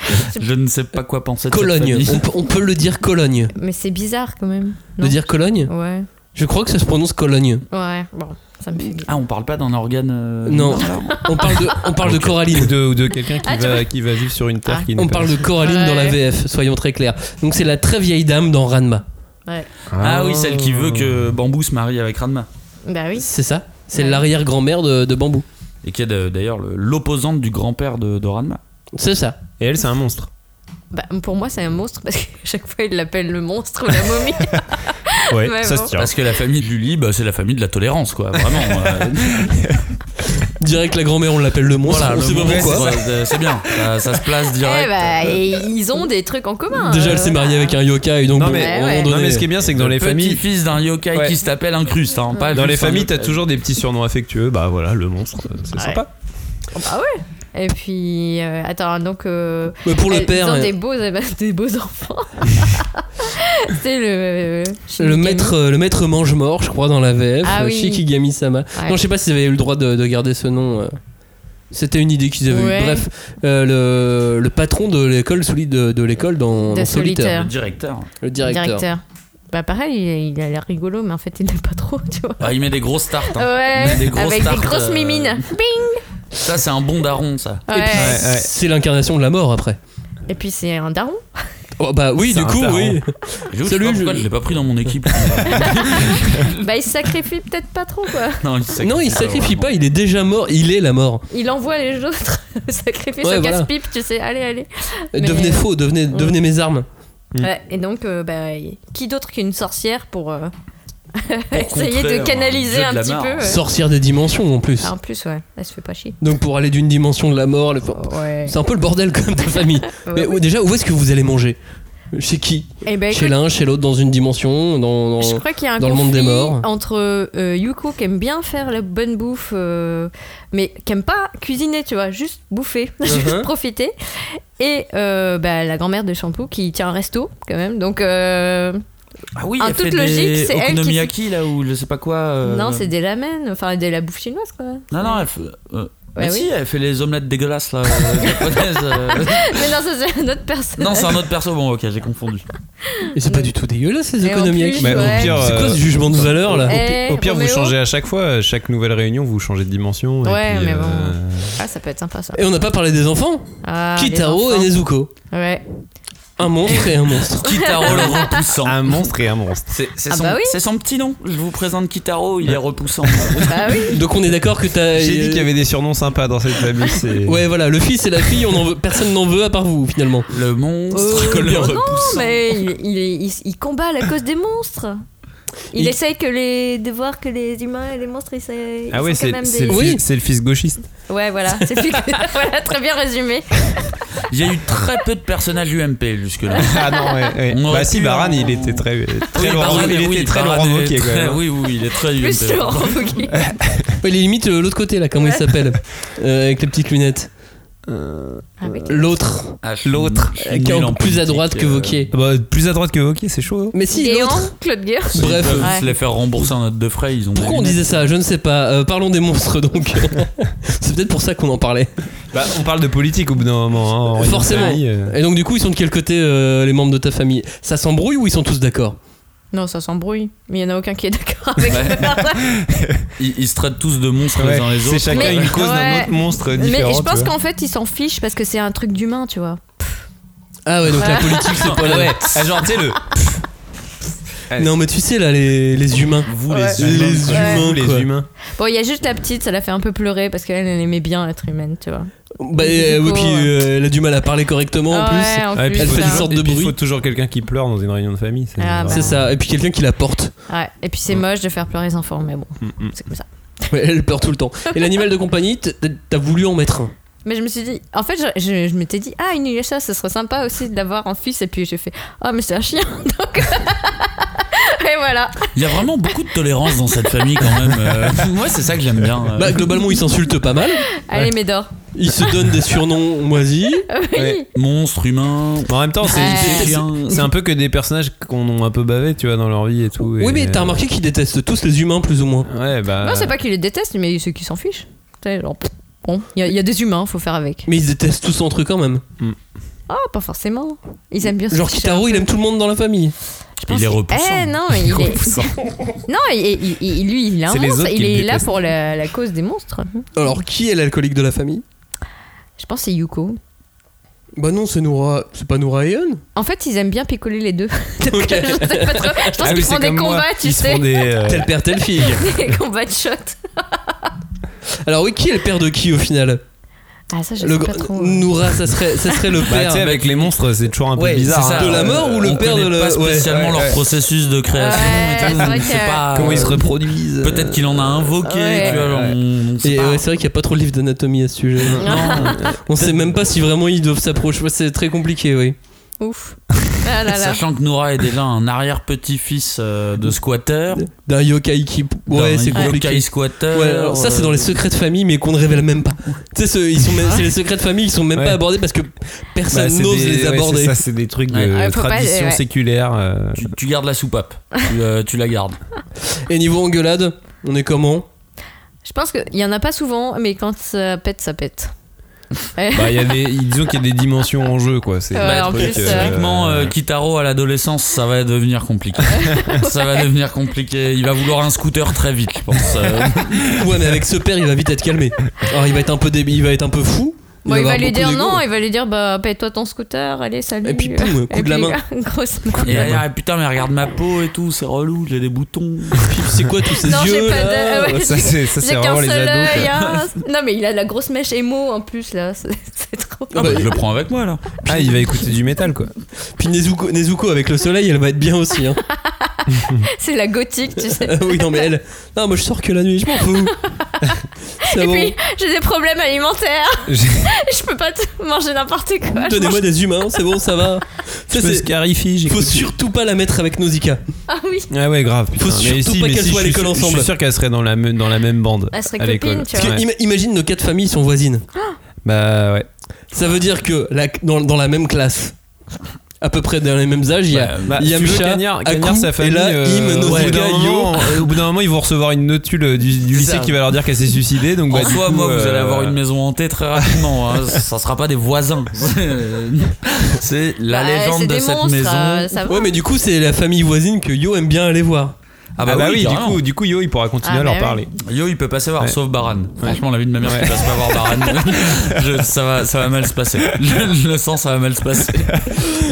je- je ne sais pas quoi penser de cette Cologne. famille. On, peut- on peut le dire Cologne. [laughs] mais c'est bizarre quand même. De Non. dire Cologne Ouais, Je crois que ça se prononce Cologne. ouais, bon, ça me fait. Mm. gl- Ah, on parle pas d'un organe. euh, Non. bizarre On parle de, on parle de Ou Coraline. de, ou de quelqu'un qui, Ah, tu va, qui va vivre sur une terre Ah. qui n'est On pas- parle de Coraline dans la Ouais. VF, soyons très clairs. Donc c'est la très vieille dame dans Ranma. Ouais, Ah oui, celle qui veut que Bambou se marie avec Ranma. bah oui. C'est ça C'est Ouais. l'arrière-grand-mère de, de Bambou. Et qui est de- d'ailleurs le- l'opposante du grand-père de, de Ranma. C'est ça. Et elle, c'est un monstre. Bah, pour moi, c'est un monstre parce que [laughs] chaque fois, il l'appelle le monstre ou la [laughs] momie. Ouais, Ouais, ça bon. se tient. Parce que la famille de Lully, bah, c'est la famille de la tolérance, quoi. Vraiment. euh, [laughs] Direct, la grand-mère, on l'appelle le monstre. voilà, on le sait pas mauvais, pourquoi. c'est- c'est- C'est bien. Ça, ça se place direct. Eh bah, et ils ont des trucs en commun. Déjà, elle euh, s'est mariée voilà. avec un yokai, donc Non, bon, mais- à un moment Ouais. donné- Non, mais ce qui est bien, c'est que dans les familles, fils d'un yokai Ouais. qui se t'appelle incruste. Hein, pas dans les juste un familles, t'as yokai. toujours des petits surnoms affectueux. Bah voilà, le monstre, euh, c'est sympa. Ah ouais. Et puis, euh, attends, donc. euh, Mais pour le elles- père, Ils ont euh, des beaux, eh bah, [laughs] des beaux [laughs] enfants. c'est le. euh, le maître, euh, le maître mange-mort, je crois, dans la VF, Ah euh, oui. Ah Shikigami-sama. Ouais. Non, je sais pas s'ils avaient eu le droit de, de garder ce nom. euh. C'était une idée qu'ils avaient Ouais. eue. Bref, euh, le, le patron de l'école solide de, de l'école dans, De dans Solitaire, Solitaire. Le directeur. le directeur. Bah pareil, il, il a l'air rigolo, mais en fait, il n'est pas trop, [laughs] tu vois. Ah, il met des grosses tartes. hein. Il Ouais, met des grosses avec des tartes, grosses euh, mimines. Bing Ça, c'est un bon daron, ça. Et puis, Ouais. Ouais, ouais. c'est l'incarnation de la mort après. Et puis, c'est un daron. Oh, bah oui, C'est du un coup, tarant. oui. Je, sais Salut, pas je- pourquoi je l'ai pas pris dans mon équipe. Bah, il se sacrifie peut-être pas trop, quoi. non, il sacrifie, Non, il pas, sacrifie vraiment. pas, il est déjà mort, il est la mort. Il envoie les autres [laughs] sacrifier Ouais, son voilà. casse-pipe, tu sais. Allez, allez. Mais- Mm. Devenez faux, devenez, devenez mes armes. Ouais, et donc, euh, bah, y- qui d'autre qu'une sorcière pour euh, contrer, [laughs] essayer euh, de le canaliser jeu de un la petit mare. peu ouais. Sorcière des dimensions en plus. Ah, En plus, ouais, elle se fait pas chier. Donc pour aller d'une dimension de la mort, le- Ouais. c'est un peu le bordel comme ta famille. Mais Ouais, ouais. où- déjà, où est-ce que vous allez manger Chez qui Eh ben, Chez écoute, l'un, chez l'autre, dans une dimension, dans. dans- Je crois qu'il y a un dans le conflit monde des morts. entre euh, Yuko qui aime bien faire la bonne bouffe, euh, mais qui aime pas cuisiner, tu vois, juste bouffer, [laughs] juste Mhm. profiter, et euh, bah, la grand-mère de Shampoo qui tient un resto quand même, donc euh, Ah oui, En elle fait toute des logique, c'est elle qui- okonomiyaki, là, ou je sais pas quoi. euh, non c'est des ramen, enfin des la bouffe chinoise quoi. Non, non, elle fait. euh, Ah, mais oui. si, elle fait les omelettes dégueulasses, là, euh, japonaises. euh. [laughs] mais non ça c'est une autre personne. Non, c'est un autre perso. Bon, ok, j'ai confondu. Et c'est pas du tout dégueulasse ces Et en économies. plus, Mais Mais Ouais. au pire, C'est quoi euh, ce jugement de valeur là Eh, au pire, vous Roméo changez à chaque fois. à Chaque nouvelle réunion, vous changez de dimension. et Ouais, puis, mais euh, bon. Ah ça peut être sympa ça. Et on n'a pas parlé des enfants Ah, les Kitaro et enfants. Nezuko. Ouais. Un monstre et un monstre. Kitaro le repoussant. Un monstre et un monstre. C'est c'est Ah son, bah oui. c'est son petit nom. Je vous présente Kitaro, il est repoussant. Bah oui. Donc on est d'accord que t'as. J'ai dit euh, qu'il y avait des surnoms sympas dans cette [laughs] famille. c'est- Ouais, voilà, le fils et la fille, on en veut- personne n'en veut à part vous finalement. Le monstre Oh, le non, repoussant. mais il, il- il- il combat à la cause des monstres. Il, essaye que les, de voir que les humains et les monstres, ils, sa- ils Ah ouais, sont quand c'est même des... c'est le, fils- c'est le fils gauchiste. Ouais, voilà. C'est plus que- [laughs] voilà, très bien résumé. Il y a eu très peu de personnages UMP jusque-là. [laughs] Ah non, ouais, ouais. On aurait Bah si, pu Baran, hein. en- il était très, très Oui, Laurent- Baran, il oui, était très Baran Laurent est Wauquiez, quand très- même. Oui, oui, il est très UMP. Plus Laurent Wauquiez. [laughs] Euh, Il est limite euh, l'autre côté là, comment il s'appelle Euh, Avec les petites lunettes. euh, Avec- L'autre, Ah, je suis- l'autre, euh, je suis qui est nul en encore plus à politique, droite que euh, Wauquiez. Bah, plus à droite que Wauquiez, c'est chaud. hein. Mais si, Guéant, l'autre Claude Guerre. Bref. Ils peuvent Ouais. se les faire rembourser en note de frais, ils ont. Pourquoi on disait ça Je ne sais pas. Euh, parlons des monstres donc. [laughs] c'est peut-être pour ça qu'on en parlait. Bah, on parle de politique au bout d'un moment. hein, en Forcément. Italie, euh. Et donc du coup, ils sont de quel côté euh, les membres de ta famille Ça s'embrouille ou ils sont tous d'accord Non, ça s'embrouille. Mais il n'y en a aucun qui est d'accord avec eux. Ils, ils se traitent tous de monstres les uns Ouais, les autres. c'est chacun Mais- une cause d'un ouais. autre monstre [laughs] différent. Mais je tu pense vois. qu'en fait, ils s'en fichent parce que c'est un truc d'humain, tu vois. Ah ouais, donc la politique c'est pas la. Ouais, ah, genre, tu sais, le. Non mais tu sais là les, les humains. Vous Ouais. les humains. Les humains, les quoi. humains. Bon, il y a juste la petite, ça l'a fait un peu pleurer parce qu'elle, elle aimait bien être humaine, tu vois. Bah euh, Du ouais, Ah coup, puis euh, elle a du mal à parler correctement en plus. Ah ouais, en Oh, Ouais, plus. puis elle fait faut des ça. sortes de et puis Il bruits. faut toujours quelqu'un qui pleure dans une réunion de famille. c'est- Ah, bah. C'est ça. Et puis quelqu'un qui la porte. [laughs] Ouais, et puis Mm. c'est moche de faire pleurer les enfants, mais bon, c'est comme ça. Ouais, elle pleure tout le temps. Et l'animal de compagnie, t- t'as voulu en mettre un. Mais je me suis dit, en fait, je, je- je m'étais dit, ah, une Yasha, ce serait sympa aussi de l'avoir en fils. Et puis j'ai fait, oh, mais c'est un chien. [laughs] Donc. et voilà. Il y a vraiment beaucoup de tolérance dans cette famille quand même. [laughs] euh. Moi, c'est ça que j'aime bien. euh. Bah globalement, ils s'insultent pas mal. Allez, Médor. Ils se donnent des surnoms moisis. bah Oui. Ouais. Monstre humain. En même temps, c'est Ouais. c'est- c'est- c'est un peu que des personnages qu'on a un peu bavé, tu vois, dans leur vie et tout. et- Oui, mais t'as remarqué qu'ils détestent tous les humains, plus ou moins. Ouais, bah. Non, c'est pas qu'ils les détestent, mais ceux qui s'en fichent. Tu sais, genre, pff, bon, il y, a- il y a des humains, faut faire avec. Mais ils se détestent tous entre eux quand même. Ah, pas forcément. Ils aiment bien se Genre ficher Kitaro, un il peu. aime tout le monde dans la famille. Je pense Il est qu'il- repoussant. Eh, non, mais il, est. repoussant. [laughs] Non, il, il- il- lui, il est un C'est les monstre. autres qui Il le est là détestent. pour la, la cause des monstres. Alors, qui est l'alcoolique de la famille Je pense que c'est Yuko. Bah non, c'est Noura. C'est pas Noura et Eon En fait, ils aiment bien picoler les deux. [laughs] Donc, Ok. je sais pas trop. Je pense Ah oui, qu'ils c'est font des comme moi, combats, tu ils se sais. font des, euh, Telle père, telle [laughs] fille. [laughs] Des combats de shot. Alors, oui, qui est le père de qui au final Ah, ça, je Le sais pas gr- trop. Noura, ça serait, ça serait le Bah, tu père. sais, avec les monstres, c'est toujours un peu Ouais, bizarre. c'est ça. hein. De la mort ou le On père connaît de pas le- ouais, spécialement ouais, leur ouais. processus de création. Ouais, et tout, c'est vrai donc que- c'est pas, Comment ils euh, se reproduisent. Peut-être qu'il en a invoqué. Ouais. tu vois, genre, on- on sait Et pas. ouais, c'est vrai qu'il n'y a pas trop de livres d'anatomie à ce sujet. Non, On sait même pas si vraiment ils doivent s'approcher. Ouais, C'est très compliqué, oui. Ouf. Ah là là. Sachant que Nora est déjà un arrière-petit-fils euh, de squatter. D'un yokai qui. Ouais, d'un c'est compliqué. yokai squatter. euh, Ouais, alors Euh, ça c'est dans les secrets de famille mais qu'on ne révèle même pas. Tu sais, ce- ils sont même- c'est les secrets de famille, ils sont même Ah. Ouais. pas abordés parce que Bah, personne c'est n'ose des- les ouais, c'est aborder. ça, c'est des trucs de Ouais. Ouais, faut pas- tradition ouais. séculaire. euh, Tu, tu gardes la soupape. tu, euh, tu la gardes. Et niveau engueulade, on est comment Je pense qu'il y en a pas souvent, mais quand ça pète, ça [laughs] pète. Bah, il y a des, disons qu'il y a des dimensions en jeu, quoi. C'est Ouais, pas un en truc, plus, euh, Typiquement, euh, Kitaro à l'adolescence, ça va devenir [laughs] compliqué. ça va devenir compliqué. Il va vouloir un scooter très vite, je pense. Euh, [laughs] Ouais, mais avec ce père, il va vite être calmé. Alors, il va être un peu débile, il va être un peu fou. Bon, il avoir va lui beaucoup dire d'ego. non, il va lui dire bah paye-toi ton scooter, allez salut. Et puis, poum, coup de la puis, main. [laughs] Grosse main. et elle a dit, putain, mais regarde ma peau et tout, c'est relou, j'ai des boutons. Puis, C'est quoi tous ces Non, j'ai yeux pas là de- ouais. Ça, c'est J'ai ça, c'est qu'un vraiment les seul ados. œil. quoi. hein. [laughs] Non mais il a la grosse mèche émo en plus là, [laughs] c'est c'est trop. Ah bah, je le prends avec moi là. Ah, il va écouter du métal, quoi. Puis Nezuko, Nezuko avec le soleil, elle va être bien aussi. Hein. [laughs] C'est la gothique, tu sais. Ah oui, non, mais elle. Non, moi je sors que la nuit, je m'en [laughs] fous. C'est Et bon. puis j'ai des problèmes alimentaires, [laughs] J'ai- je peux pas tout- manger n'importe quoi. je Donnez-moi des humains, c'est bon, ça va. Ça, Je me c'est- scarifie, Faut j'écoute. surtout pas la mettre avec Nausicaa. mange- [laughs] Ah oui, Ah ouais, grave. Putain. Faut surtout pas qu'elles je soient à suis l'école sûr- ensemble. Je suis sûr qu'elle serait dans la, me- dans la même bande. Ah, Elle serait à l'école. copine, tu Parce que Ouais. ima- imagine nos quatre familles sont voisines. Bah ouais. Ça veut dire que la- dans, dans la même classe, à peu près dans les mêmes âges, il y a, Bah, il y a si tu veux, Misha, Cagnard, Aku, Cagnard, sa famille. et là, euh, Im, au bout Nozoga, d'un Yo. moment, euh, au bout d'un moment, ils vont recevoir une notule euh, du, du C'est lycée ça. qui va leur dire qu'elle s'est suicidée. Donc, bah, En du soi, coup, moi, vous euh, allez avoir une maison hantée très rapidement. [laughs] hein. Ça sera pas des voisins. [laughs] C'est la Bah, c'est légende de des cette monstres, maison. euh, ça va. Ouais, mais du coup, c'est la famille voisine que Yo aime bien aller voir. Ah bah, oui, du carrément. coup, du coup, Yo, il pourra continuer Ah à leur bah oui. parler. Yo, il peut pas savoir, Ouais. sauf Baran. Franchement, la vie de ma mère, qui passe pas voir Baran. [laughs] Je- ça, va, ça va mal se passer. [laughs] Je le sens, ça va mal se passer.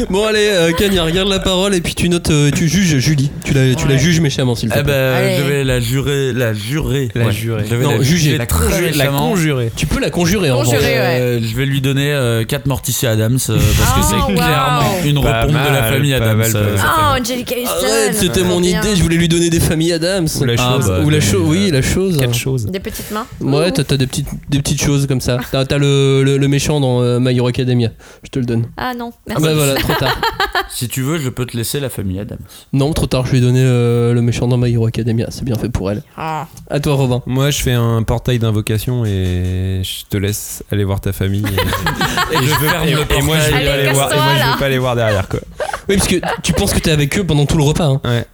Bon, allez, euh, Cagnard, regarde la parole et puis tu notes, euh, tu juges Julie. Tu la, tu la juges méchamment, s'il te Ah Eh plaît. bah. ben, Allez. je vais la jurer. La jurer. La jurer. Je vais Non, la juger. juger La très La méchamment. conjurée. Tu peux la conjurer hein, en Conjurer. revanche. Euh, Je vais lui donner 4 morticiers Adams euh, parce que Oh, c'est wow. clairement une Pas repompe de la mal, famille pas Adams. mal, euh, pas ça mal. fait- Ah, Angelica Houston. Arrête, c'était Trop mon bien. idée, je voulais lui donner des familles Adams. Ah, Ou la chose. ou la chose, oui, la chose. Quatre choses. Des petites mains. Ouais, t'as t'as des petites, des petites choses comme ça. T'as t'as le, le- le méchant dans euh, My Hero Academia. Je te le donne. Ah non, Ah merci. bah voilà, trop tard. Si tu veux, je peux te laisser la famille Adams. Non, trop tard, je lui ai donné euh, le méchant dans My Hero Academia. C'est bien fait pour elle. Ah. À toi, Robin. Moi, je fais un portail d'invocation et je te laisse aller voir ta famille. Et, [laughs] je ferme le et moi, je portail. vais pas Allez, les voir. Et casse-toi, moi, je là. vais pas les voir derrière, quoi. Oui, parce que tu penses que t'es avec eux pendant tout le repas. hein. Ouais.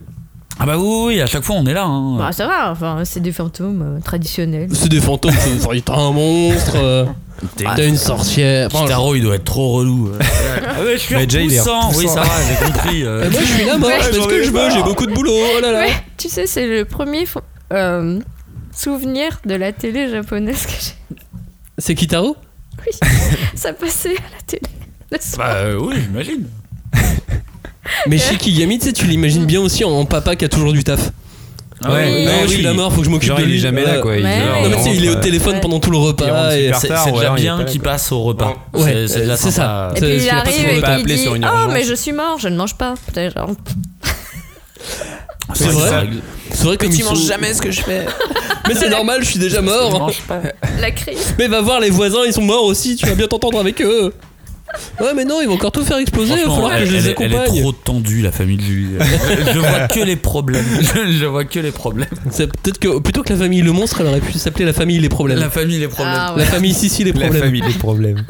Ah bah oui, oui, oui, à chaque fois on est là. hein. Bah, ça va, enfin, c'est des fantômes euh, traditionnels. C'est des fantômes. c'est- T'as un monstre. euh, T'es- T'as une sorcière. Enfin, Kitaro, il doit être trop relou. ah ouais, je suis Mais déjà, il est repoussant. Oui, ça va, j'ai compris. [laughs] euh. euh, moi, je suis là, moi, Ouais, je fais ce j'en que ai je veux, marre. j'ai beaucoup de boulot. Oh là là. Ouais, tu sais, c'est le premier fo- euh, souvenir de la télé japonaise que j'ai. [laughs] C'est Kitaro Ça passait à la télé. le soir. Bah euh, oui, j'imagine. Mais chez Kigami, tu sais, tu l'imagines bien aussi en papa qui a toujours du taf. Oui. Ah non, Ouais, bah je suis la mort, faut que je m'occupe Genre, de il lui. est euh, jamais Voilà. là, quoi. Il- euh, Ouais. genre, Non, mais tu sais, il est au rentre, téléphone Ouais. pendant tout le Il repas. rentre et- super C'est tard, c'est de la ou alors il est bien pas- qui passe au repas. Ouais, de la c'est sympa. Et Ça, puis tu il l'as pas arrive trouvé, et pas puis il appelé dit sur une Oh, urgence. mais je suis mort, je ne mange pas. Putain, genre, C'est vrai. C'est vrai que tu manges jamais ce que je fais. Mais c'est normal, je suis déjà [laughs] Je mort. mange pas. la crise. Mais va voir les voisins, ils sont morts aussi, tu vas bien t'entendre avec eux. Ouais, mais non, ils vont encore tout faire exploser, il va Franchement, falloir que elle, je elle les est- elle est accompagne. trop tendue, la famille [laughs] de Julie. je vois que les problèmes. [laughs] Je, je vois que les problèmes. C'est peut-être que plutôt que la famille le monstre, elle aurait pu s'appeler la famille les problèmes. La La, famille, les problèmes. Ah ouais. famille Sissi les La problèmes. famille, les problèmes.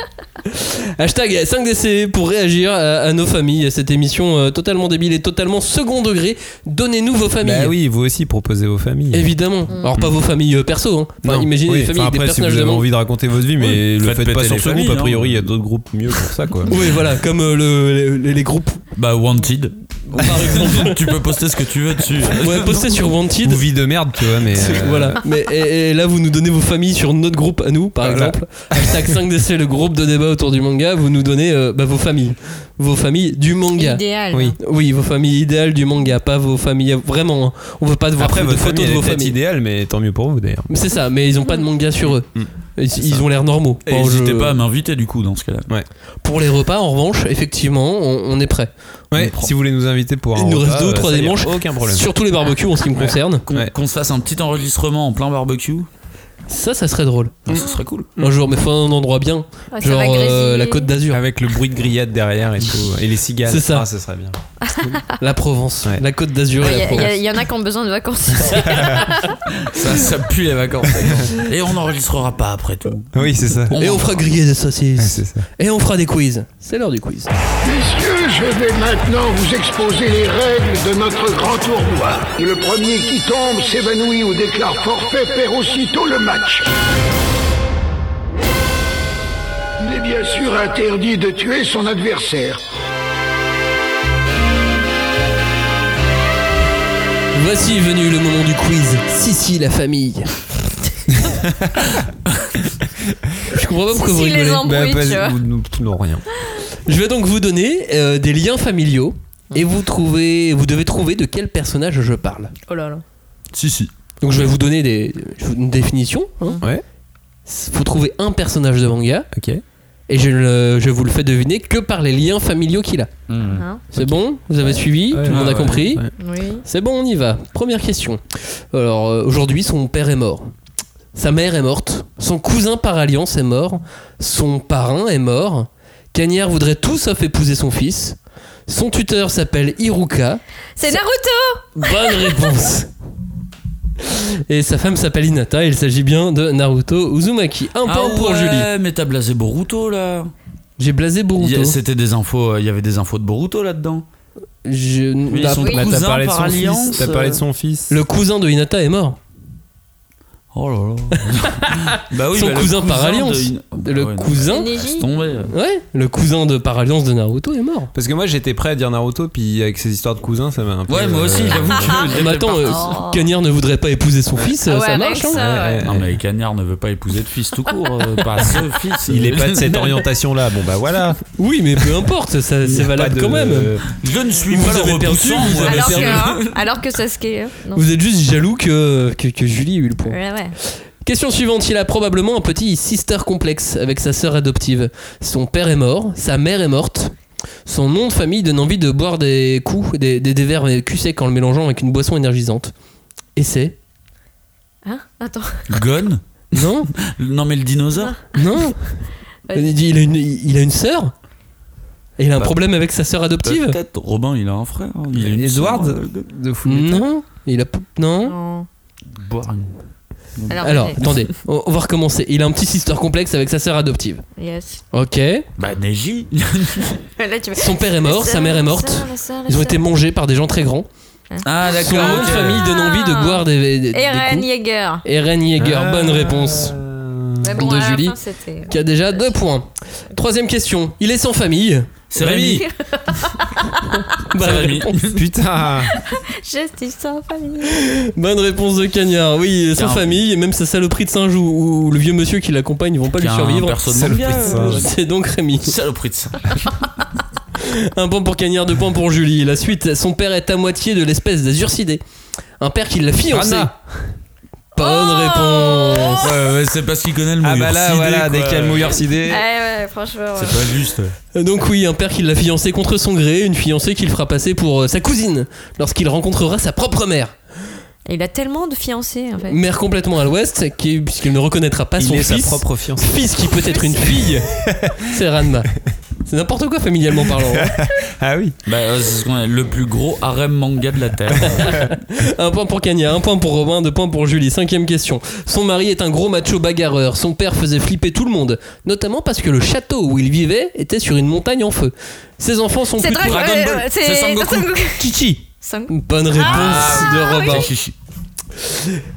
Hashtag 5DC pour réagir à, à nos familles, à cette émission euh, totalement débile et totalement second degré. Donnez-nous vos familles. Bah oui, vous aussi, proposez aux familles. Évidemment. Alors pas vos familles euh, perso. Hein. Enfin, Non. imaginez Oui, les familles enfin, avec des après, si personnages vous de avez manga. envie de raconter votre vie, mais Oui, le faites faites pas péter sur les ce familles, groupe. A hein. priori, il y a d'autres groupes mieux pour ça, quoi. Oui, voilà, comme euh, le- les, les [laughs] groupes. Bah, Wanted. Par exemple. tu peux poster ce que tu veux [laughs] dessus. Ouais, postez sur Wanted. Ou vie de merde, tu vois, mais. euh, [laughs] Voilà. Mais et, et là, vous nous donnez vos familles sur notre groupe à nous, par Voilà. exemple. Hashtag [laughs] 5DC, le groupe de débat autour du manga. Vous nous donnez euh, bah, vos familles. Vos familles du manga. Idéal. Oui. Oui, vos familles idéales du manga, pas vos familles. Vraiment, hein. on veut pas de voir Après, de votre photos famille, de elle vos est peut-être familles. idéale, mais tant mieux pour vous d'ailleurs. Mais C'est ça, mais ils ont pas de manga sur eux. Mm. Ils, C'est ils ça. ont l'air normaux. Et Bon, N'hésitez je- pas à m'inviter du coup dans ce cas-là. Pour les repas, en revanche, effectivement, on, on est prêt. Ouais, prend. si vous voulez nous inviter pour un Il nous reste repas, deux ou euh, trois ça y est, dimanches. Aucun problème. Surtout les barbecues en ce qui me concerne. Qu'on Ouais. qu'on se fasse un petit enregistrement en plein barbecue, Ça, ça serait drôle. Enfin, ce serait cool. Un jour, mais faut un endroit bien. Ouais, ça genre va euh, grésiller. la Côte d'Azur, Avec le bruit de grillade derrière et tout. Et les cigales. C'est ça. Ah, ce serait bien. la Provence, Ouais. la Côte d'Azur Il et la Ah, y, Provence. a- y en a qui ont besoin de vacances. Ça, ça pue les vacances. Et on n'enregistrera pas après tout. Oui, c'est ça. Et on fera griller des saucisses. C'est ça. Et on fera des quiz. C'est l'heure du quiz. Messieurs, je vais maintenant vous exposer les règles de notre grand tournoi. Et le premier qui tombe, s'évanouit ou déclare forfait perd aussitôt le match. Il est bien sûr interdit de tuer son adversaire. Voici venu le moment du quiz. Si, si, la [laughs] famille. Je comprends pas pourquoi Si, vous si, les rigolez. enfants. Bah, Embrouille, pas- tu vois. ou- ou- non, rien. Je vais donc vous donner euh, des liens familiaux. Et vous, trouvez, vous devez trouver de quel personnage je parle. oh là là. Si, si. Donc je vais vous donner des, je vous donne une définition. hein. Ouais. Vous trouvez un personnage de manga Ok. et je, le- je vous le fais deviner que par les liens familiaux qu'il a. Hein C'est bon Vous avez suivi Ouais, Tout le monde ouais, a compris ouais. oui. C'est bon, on y va. Première question. Alors, euh, aujourd'hui, son père est mort. Sa mère est morte. Son cousin par alliance est mort. Son parrain est mort. Cagnard voudrait tout sauf épouser son fils. Son tuteur s'appelle Iruka. C'est Naruto [laughs] Bonne réponse Et sa femme s'appelle Hinata. Il s'agit bien de Naruto Uzumaki. Un Ah point pour ouais, Julie. mais t'as blasé Boruto là. J'ai blasé Il y Boruto. a- C'était des infos, euh, il y avait des infos de Boruto là-dedans. Je- Oui, la- son oui. Là, cousin t'as parlé de par son alliance. fils. T'as parlé de euh, son fils. Le cousin de Hinata est mort. Oh là là. [laughs] bah Son bah, le cousin par de alliance. Ina- Le Ah Ouais, non. cousin. Neji Laisse tomber. Ouais, le cousin de par alliance de Naruto est mort. Parce que moi, j'étais prêt à dire Naruto, puis avec ces histoires de cousins, ça m'a un peu. Ouais, moi aussi, euh, [laughs] j'avoue que. Mais j'étais attends, pas- euh, Oh. Cagnard ne voudrait pas épouser son fils, Ah euh, ouais, ça avec marche. hein. ça, ouais. Non, mais Cagnard ne veut pas épouser de fils tout court. euh, pas ce fils. Il euh, est pas de cette orientation-là. Bon, bah voilà. Oui, mais peu importe, ça- c'est valable Pas de- quand même. Je ne suis Vous pas avez le perdu, repoussant, vous moi. avez alors que, perdu. hein, alors que Sasuke. hein, non. Vous êtes juste jaloux que, que, que Julie ait eu le point. Ouais, ouais. Question suivante, il a probablement un petit sister complexe avec sa sœur adoptive. Son père est mort, sa mère est morte, Son nom de famille donne envie de boire des coups, des, des, des verres mais cul sec en le mélangeant avec une boisson énergisante. Et c'est. Hein Attends. Gone Non Non, mais le dinosaure Non il, il a une, il a une sœur Et il a un problème avec sa sœur adoptive Bah, Peut-être Robin, il a un frère. hein. Il a une Edward sœur, euh, de fou. Non Il a. p- Non Boire une- Alors, Hein Alors, vas-y. attendez, on, on va recommencer. Il a un petit sister complexe avec sa sœur adoptive. Yes. [laughs] Ok. Bah, Neji Là, tu vas- Son père est mort, La sœur, sa mère est la morte. sœur, la sœur, la Ils ont sœur. été mangés par des gens très grands. Ah, Son d'accord. nom de ok. famille donne envie de boire des. des, des Eren coups. Yeager. Eren Yeager, Ah. bonne réponse. Mais bon, De à la Julie. fin, c'était- Qui a déjà deux points. Troisième question. Il est sans famille. C'est Rémi. [laughs] Bonne [laughs] Rémi. réponse. [laughs] [laughs] Putain Je suis sans famille. Bonne réponse de Cagnard. Oui, il est sans Car- famille. Et même sa saloperie de singe ou, ou le vieux monsieur qui l'accompagne vont pas lui Qu'un survivre. perso de Saloperie manga. de singe. C'est donc Rémi. Saloperie de ça. Un point pour Cagnard, deux points pour Julie. La suite, son père est à moitié de l'espèce des ursidés. Un père qui l'a fiancé. Anna. Bonne réponse. Ouais, ouais, c'est parce qu'il connaît le mot. Ah bah là, Ursidé, voilà, dès quoi. qu'il y a le mouilleur sidé. Ouais, ouais, franchement. C'est pas juste. Donc oui, un père qui l'a fiancé contre son gré, une fiancée qu'il fera passer pour euh, sa cousine lorsqu'il rencontrera sa propre mère. Il a tellement de fiancés, en fait. Mère complètement à l'ouest, qui- puisqu'il ne reconnaîtra pas son Il est sa fils. propre fiancée. Fils qui peut être une fille. C'est Ranma. C'est n'importe quoi familialement [laughs] parlant. hein. Ah oui. Bah, euh, c'est ce qu'on a- le plus gros harem manga de la Terre. Un point pour Cagnard, un point pour Robin, deux points pour Julie. Cinquième question. Son mari est un gros macho bagarreur. Son père faisait flipper tout le monde, notamment parce que le château où il vivait était sur une montagne en feu. Ses enfants sont C'est plutôt- Dragon- Dragon Ball, euh, c'est Sangoku. [laughs] Chichi. Sang- Bonne réponse de Robin. [laughs] Chichi.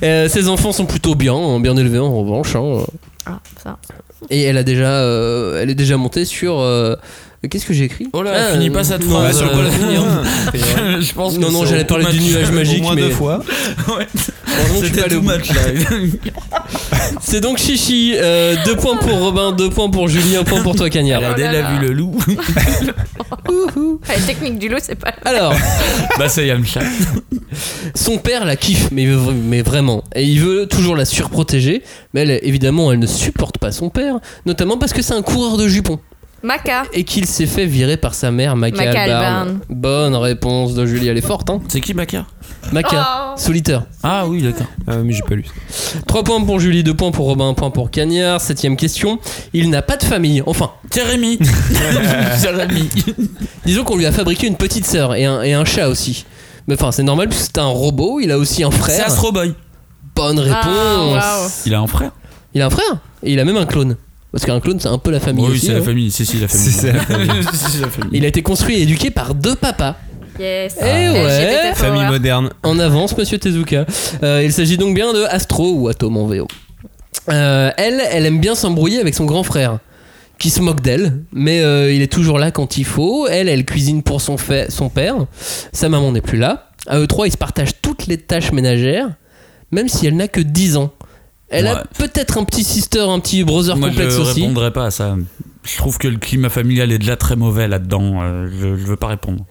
Euh, ses enfants sont plutôt bien, hein, bien élevés en revanche. hein. Ah, ça. Et elle a déjà, euh, elle est déjà montée sur. euh, Qu'est-ce que j'ai écrit Ah, Oh là, finis pas cette phrase. va Bah, sur quoi la finir [laughs] Je pense hein. Non, que non, c'est j'allais [laughs] au parler du match. nuage magique. Au moins mais- [laughs] deux fois. Ouais. Heureusement que je suis pas C'était allé tout au bout. [laughs] match là. Oh C'est donc Chichi. euh, deux points pour Robin, deux points pour Julie, un point pour toi, Cagnard. Elle a Oh là déjà là. vu le loup. Enfin, La technique du loup, c'est pas. Alors, bah ça y est, le chat. son père la kiffe, mais, v- mais vraiment. Et il veut toujours la surprotéger. Mais elle, évidemment, elle ne supporte pas son père. Notamment parce que c'est un coureur de jupons. Maca. Et qu'il s'est fait virer par sa mère, Maca Maca Albarn. Albarn. Bonne réponse de Julie, elle est forte, hein. C'est qui Bakar Maca, Oh. solitaire. Ah oui, d'accord. Ah, mais j'ai pas lu. 3 points pour Julie, 2 points pour Robin, 1 point pour Cagnard. Septième question. Il n'a pas de famille. Enfin, C'est Rémi. [laughs] C'est Rémi. Euh. [laughs] disons qu'on lui a fabriqué une petite sœur et un, et un chat aussi. Mais enfin, c'est normal puisque c'est un robot, il a aussi un C'est frère. Astro Boy. Bonne réponse. Ah, waouh. Il a un frère Il a un frère et il a même un clone. Parce qu'un clone, c'est un peu la famille Oui, aussi. c'est la hein. famille. C'est si la famille. Si, c'est [laughs] la famille. Si, c'est la famille. Il a été construit et éduqué par deux papas. Oh, Yes. Eh ouais. LGBTQ, Famille voilà. moderne. En avance, monsieur Tezuka. Euh, il s'agit donc bien de Astro ou Atom en VO. Euh, elle, elle aime bien s'embrouiller avec son grand frère, qui se moque d'elle, mais euh, il est toujours là quand il faut. Elle, elle cuisine pour son, fa- son père. Sa maman n'est plus là. À eux trois, ils se partagent toutes les tâches ménagères, même si elle n'a que 10 ans. Elle Ouais. a peut-être un petit sister, un petit brother Moi, complexe je aussi. répondrai pas à ça. Je trouve que le climat familial est déjà très mauvais là-dedans. Euh, je, je veux pas répondre.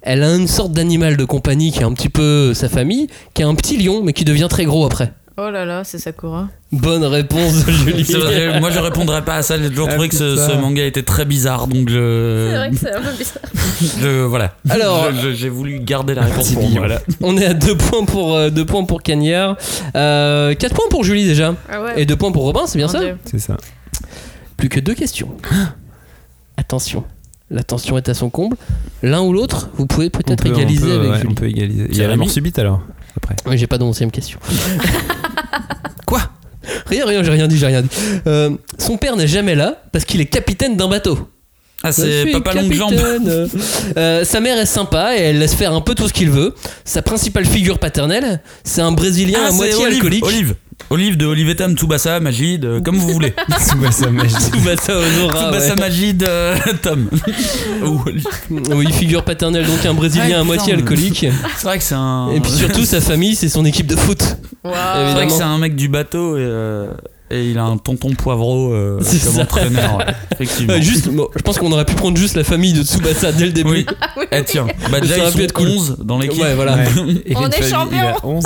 Elle a une sorte d'animal de compagnie qui est un petit peu sa famille, qui est un petit lion, mais qui devient très gros après. Oh là là, c'est Sakura. Bonne réponse, de Julie. [laughs] C'est vrai, moi, je répondrai pas à ça. J'ai toujours Ah, trouvé que ce, putain. ce manga était très bizarre, donc C'est vrai je, que c'est un peu bizarre. je- voilà. Alors- Je- je- j'ai voulu garder la réponse Petit pour moi. billon. voilà. On est à 2 points pour euh, deux points pour Cagnard, 4 points pour Julie déjà Ah ouais. et 2 points pour Robin, c'est bien Mon ça Dieu. C'est ça. Plus que deux questions. [gasps] Attention, la tension est à son comble. L'un ou l'autre, vous pouvez peut-être On peut- on égaliser peut, avec ouais, Julie. On peut égaliser. Il y C'est a la Rémi. mort subite alors après. Oui, j'ai pas de onzième [laughs] question. Quoi Rien, rien, j'ai rien dit, j'ai rien dit. Euh, son père n'est jamais là parce qu'il est capitaine d'un bateau. Ah, Je c'est suis Papa Longue Jambe. capitaine. Euh, sa mère est sympa et elle laisse faire un peu tout ce qu'il veut. Sa principale figure paternelle, c'est un Brésilien Ah, à c'est moitié Olive, alcoolique. Olive. Olive de Olivetam, Tsubasa, Magid, euh, comme vous voulez. [laughs] Tsubasa [laughs] Magic. Tsubasa Ozora, Tsubasa, ouais. Magid, euh, Tom. Ou Olive. [laughs] Oui, figure paternelle, donc un Ouais, Brésilien à putain, moitié mais- alcoolique. C'est vrai que c'est un. Et puis surtout, sa famille, c'est son équipe de foot. C'est vrai que évidemment. c'est un mec du bateau et, euh, et il a un tonton poivreau euh, [laughs] C'est comme ça. entraîneur. ouais, effectivement. Euh, juste, bon, je pense qu'on aurait pu prendre juste la famille de Tsubasa dès le début. [laughs] Oui. Eh tiens, bah déjà Ça aurait ils pu sont être cool. 11 dans l'équipe. Ouais, [laughs] voilà. Et On une est famille, champion. Il a 11.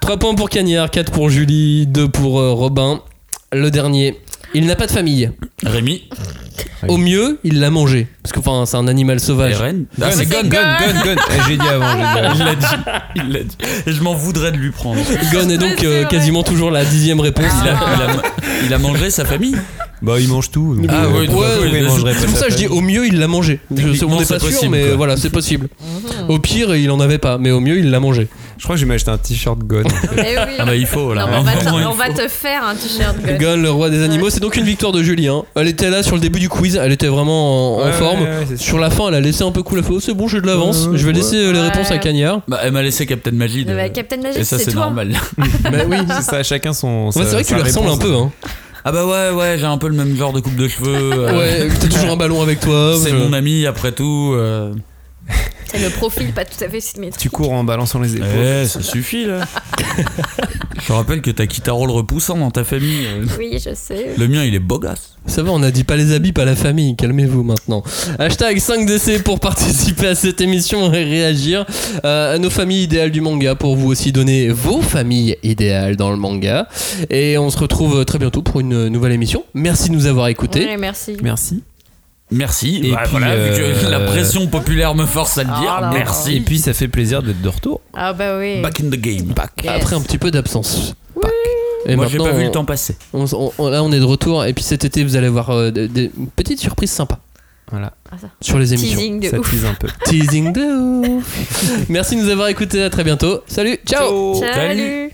3 points pour Cagnard, 4 pour Julie, 2 pour euh, Robin. Le dernier. Il n'a pas de famille. Rémi, Au mieux, il l'a mangé. Parce que enfin, c'est un animal sauvage. Ah, c'est Gon, Gon, Gon, Gon. Eh, J'ai dit avant. j'ai dit avant. Il l'a dit. Il l'a dit. Et je m'en voudrais de lui prendre. Gon est donc euh, quasiment toujours la dixième réponse. Il a, il a- il a mangé sa famille. Bah, il mange tout. donc, Ah euh, ouais, pourquoi ouais, il ouais, mangerait c'est pas pour ça sa que je dis famille au mieux il l'a mangé. Je- Techniquement, on n'est c'est pas sûr, possible, mais quoi. voilà, c'est possible. Au pire, il en avait pas, mais au mieux il l'a mangé. Je crois que je vais m'acheter un [laughs] t-shirt Gon. Mais Eh oui. Ah bah il faut là. Non, mais on va te- Vraiment, il on va faut. te faire un t-shirt Gun. Gon, le roi des animaux, c'est donc une victoire de Julie. hein. Elle était là sur le début du quiz, elle était vraiment en, en Ouais, forme. ouais, ouais, c'est ça. sur la fin, elle a laissé un peu cool à faux. C'est bon, j'ai de l'avance. Ouais, je vais ouais. laisser euh, les Ouais. réponses à Cagnard. Bah, elle m'a laissé Captain Magid. Mais euh, Captain Et Magic, ça c'est c'est toi. normal. Mais Bah oui. C'est ça, chacun son. Ouais, sa- c'est vrai que tu sa lui ressembles un réponse. peu. Hein. [laughs] Ah bah ouais ouais j'ai un peu le même genre de coupe de [laughs] cheveux. euh, Ouais, t'as toujours un ballon avec toi. C'est je- mon ami après tout. euh. C'est le profil pas tout à fait symétrique. Tu cours en balançant les épaules. Eh, ça suffit là. [laughs] Je te rappelle que t'as Kitaro le repoussant dans ta famille. euh. Oui, je sais. Le mien il est beau gosse. Ça va, on a dit pas les habits, pas la famille, calmez-vous maintenant. Hashtag 5DC pour participer à cette émission et réagir euh, à nos familles idéales du manga, pour vous aussi donner vos familles idéales dans le manga. Et on se retrouve très bientôt pour une nouvelle émission. Merci de nous avoir écoutés. Ouais, merci. Merci. Merci. Et Bah, puis, voilà, vu que euh, la pression populaire me force à le dire. Ah là là. merci. Et puis, ça fait plaisir d'être de retour. Ah bah oui. Back in the game. Yes. Après un petit peu d'absence. Pac. Et Moi j'ai maintenant, pas vu on- le temps passer. on- on- on- là on est de retour et puis cet été vous allez voir euh, des, des petites surprises sympas Voilà, sur les émissions. Ah, Teasing de ça ouf. tease un peu. Teasing de ouf. Merci de nous avoir écoutés, à très bientôt. Salut, ciao. Salut.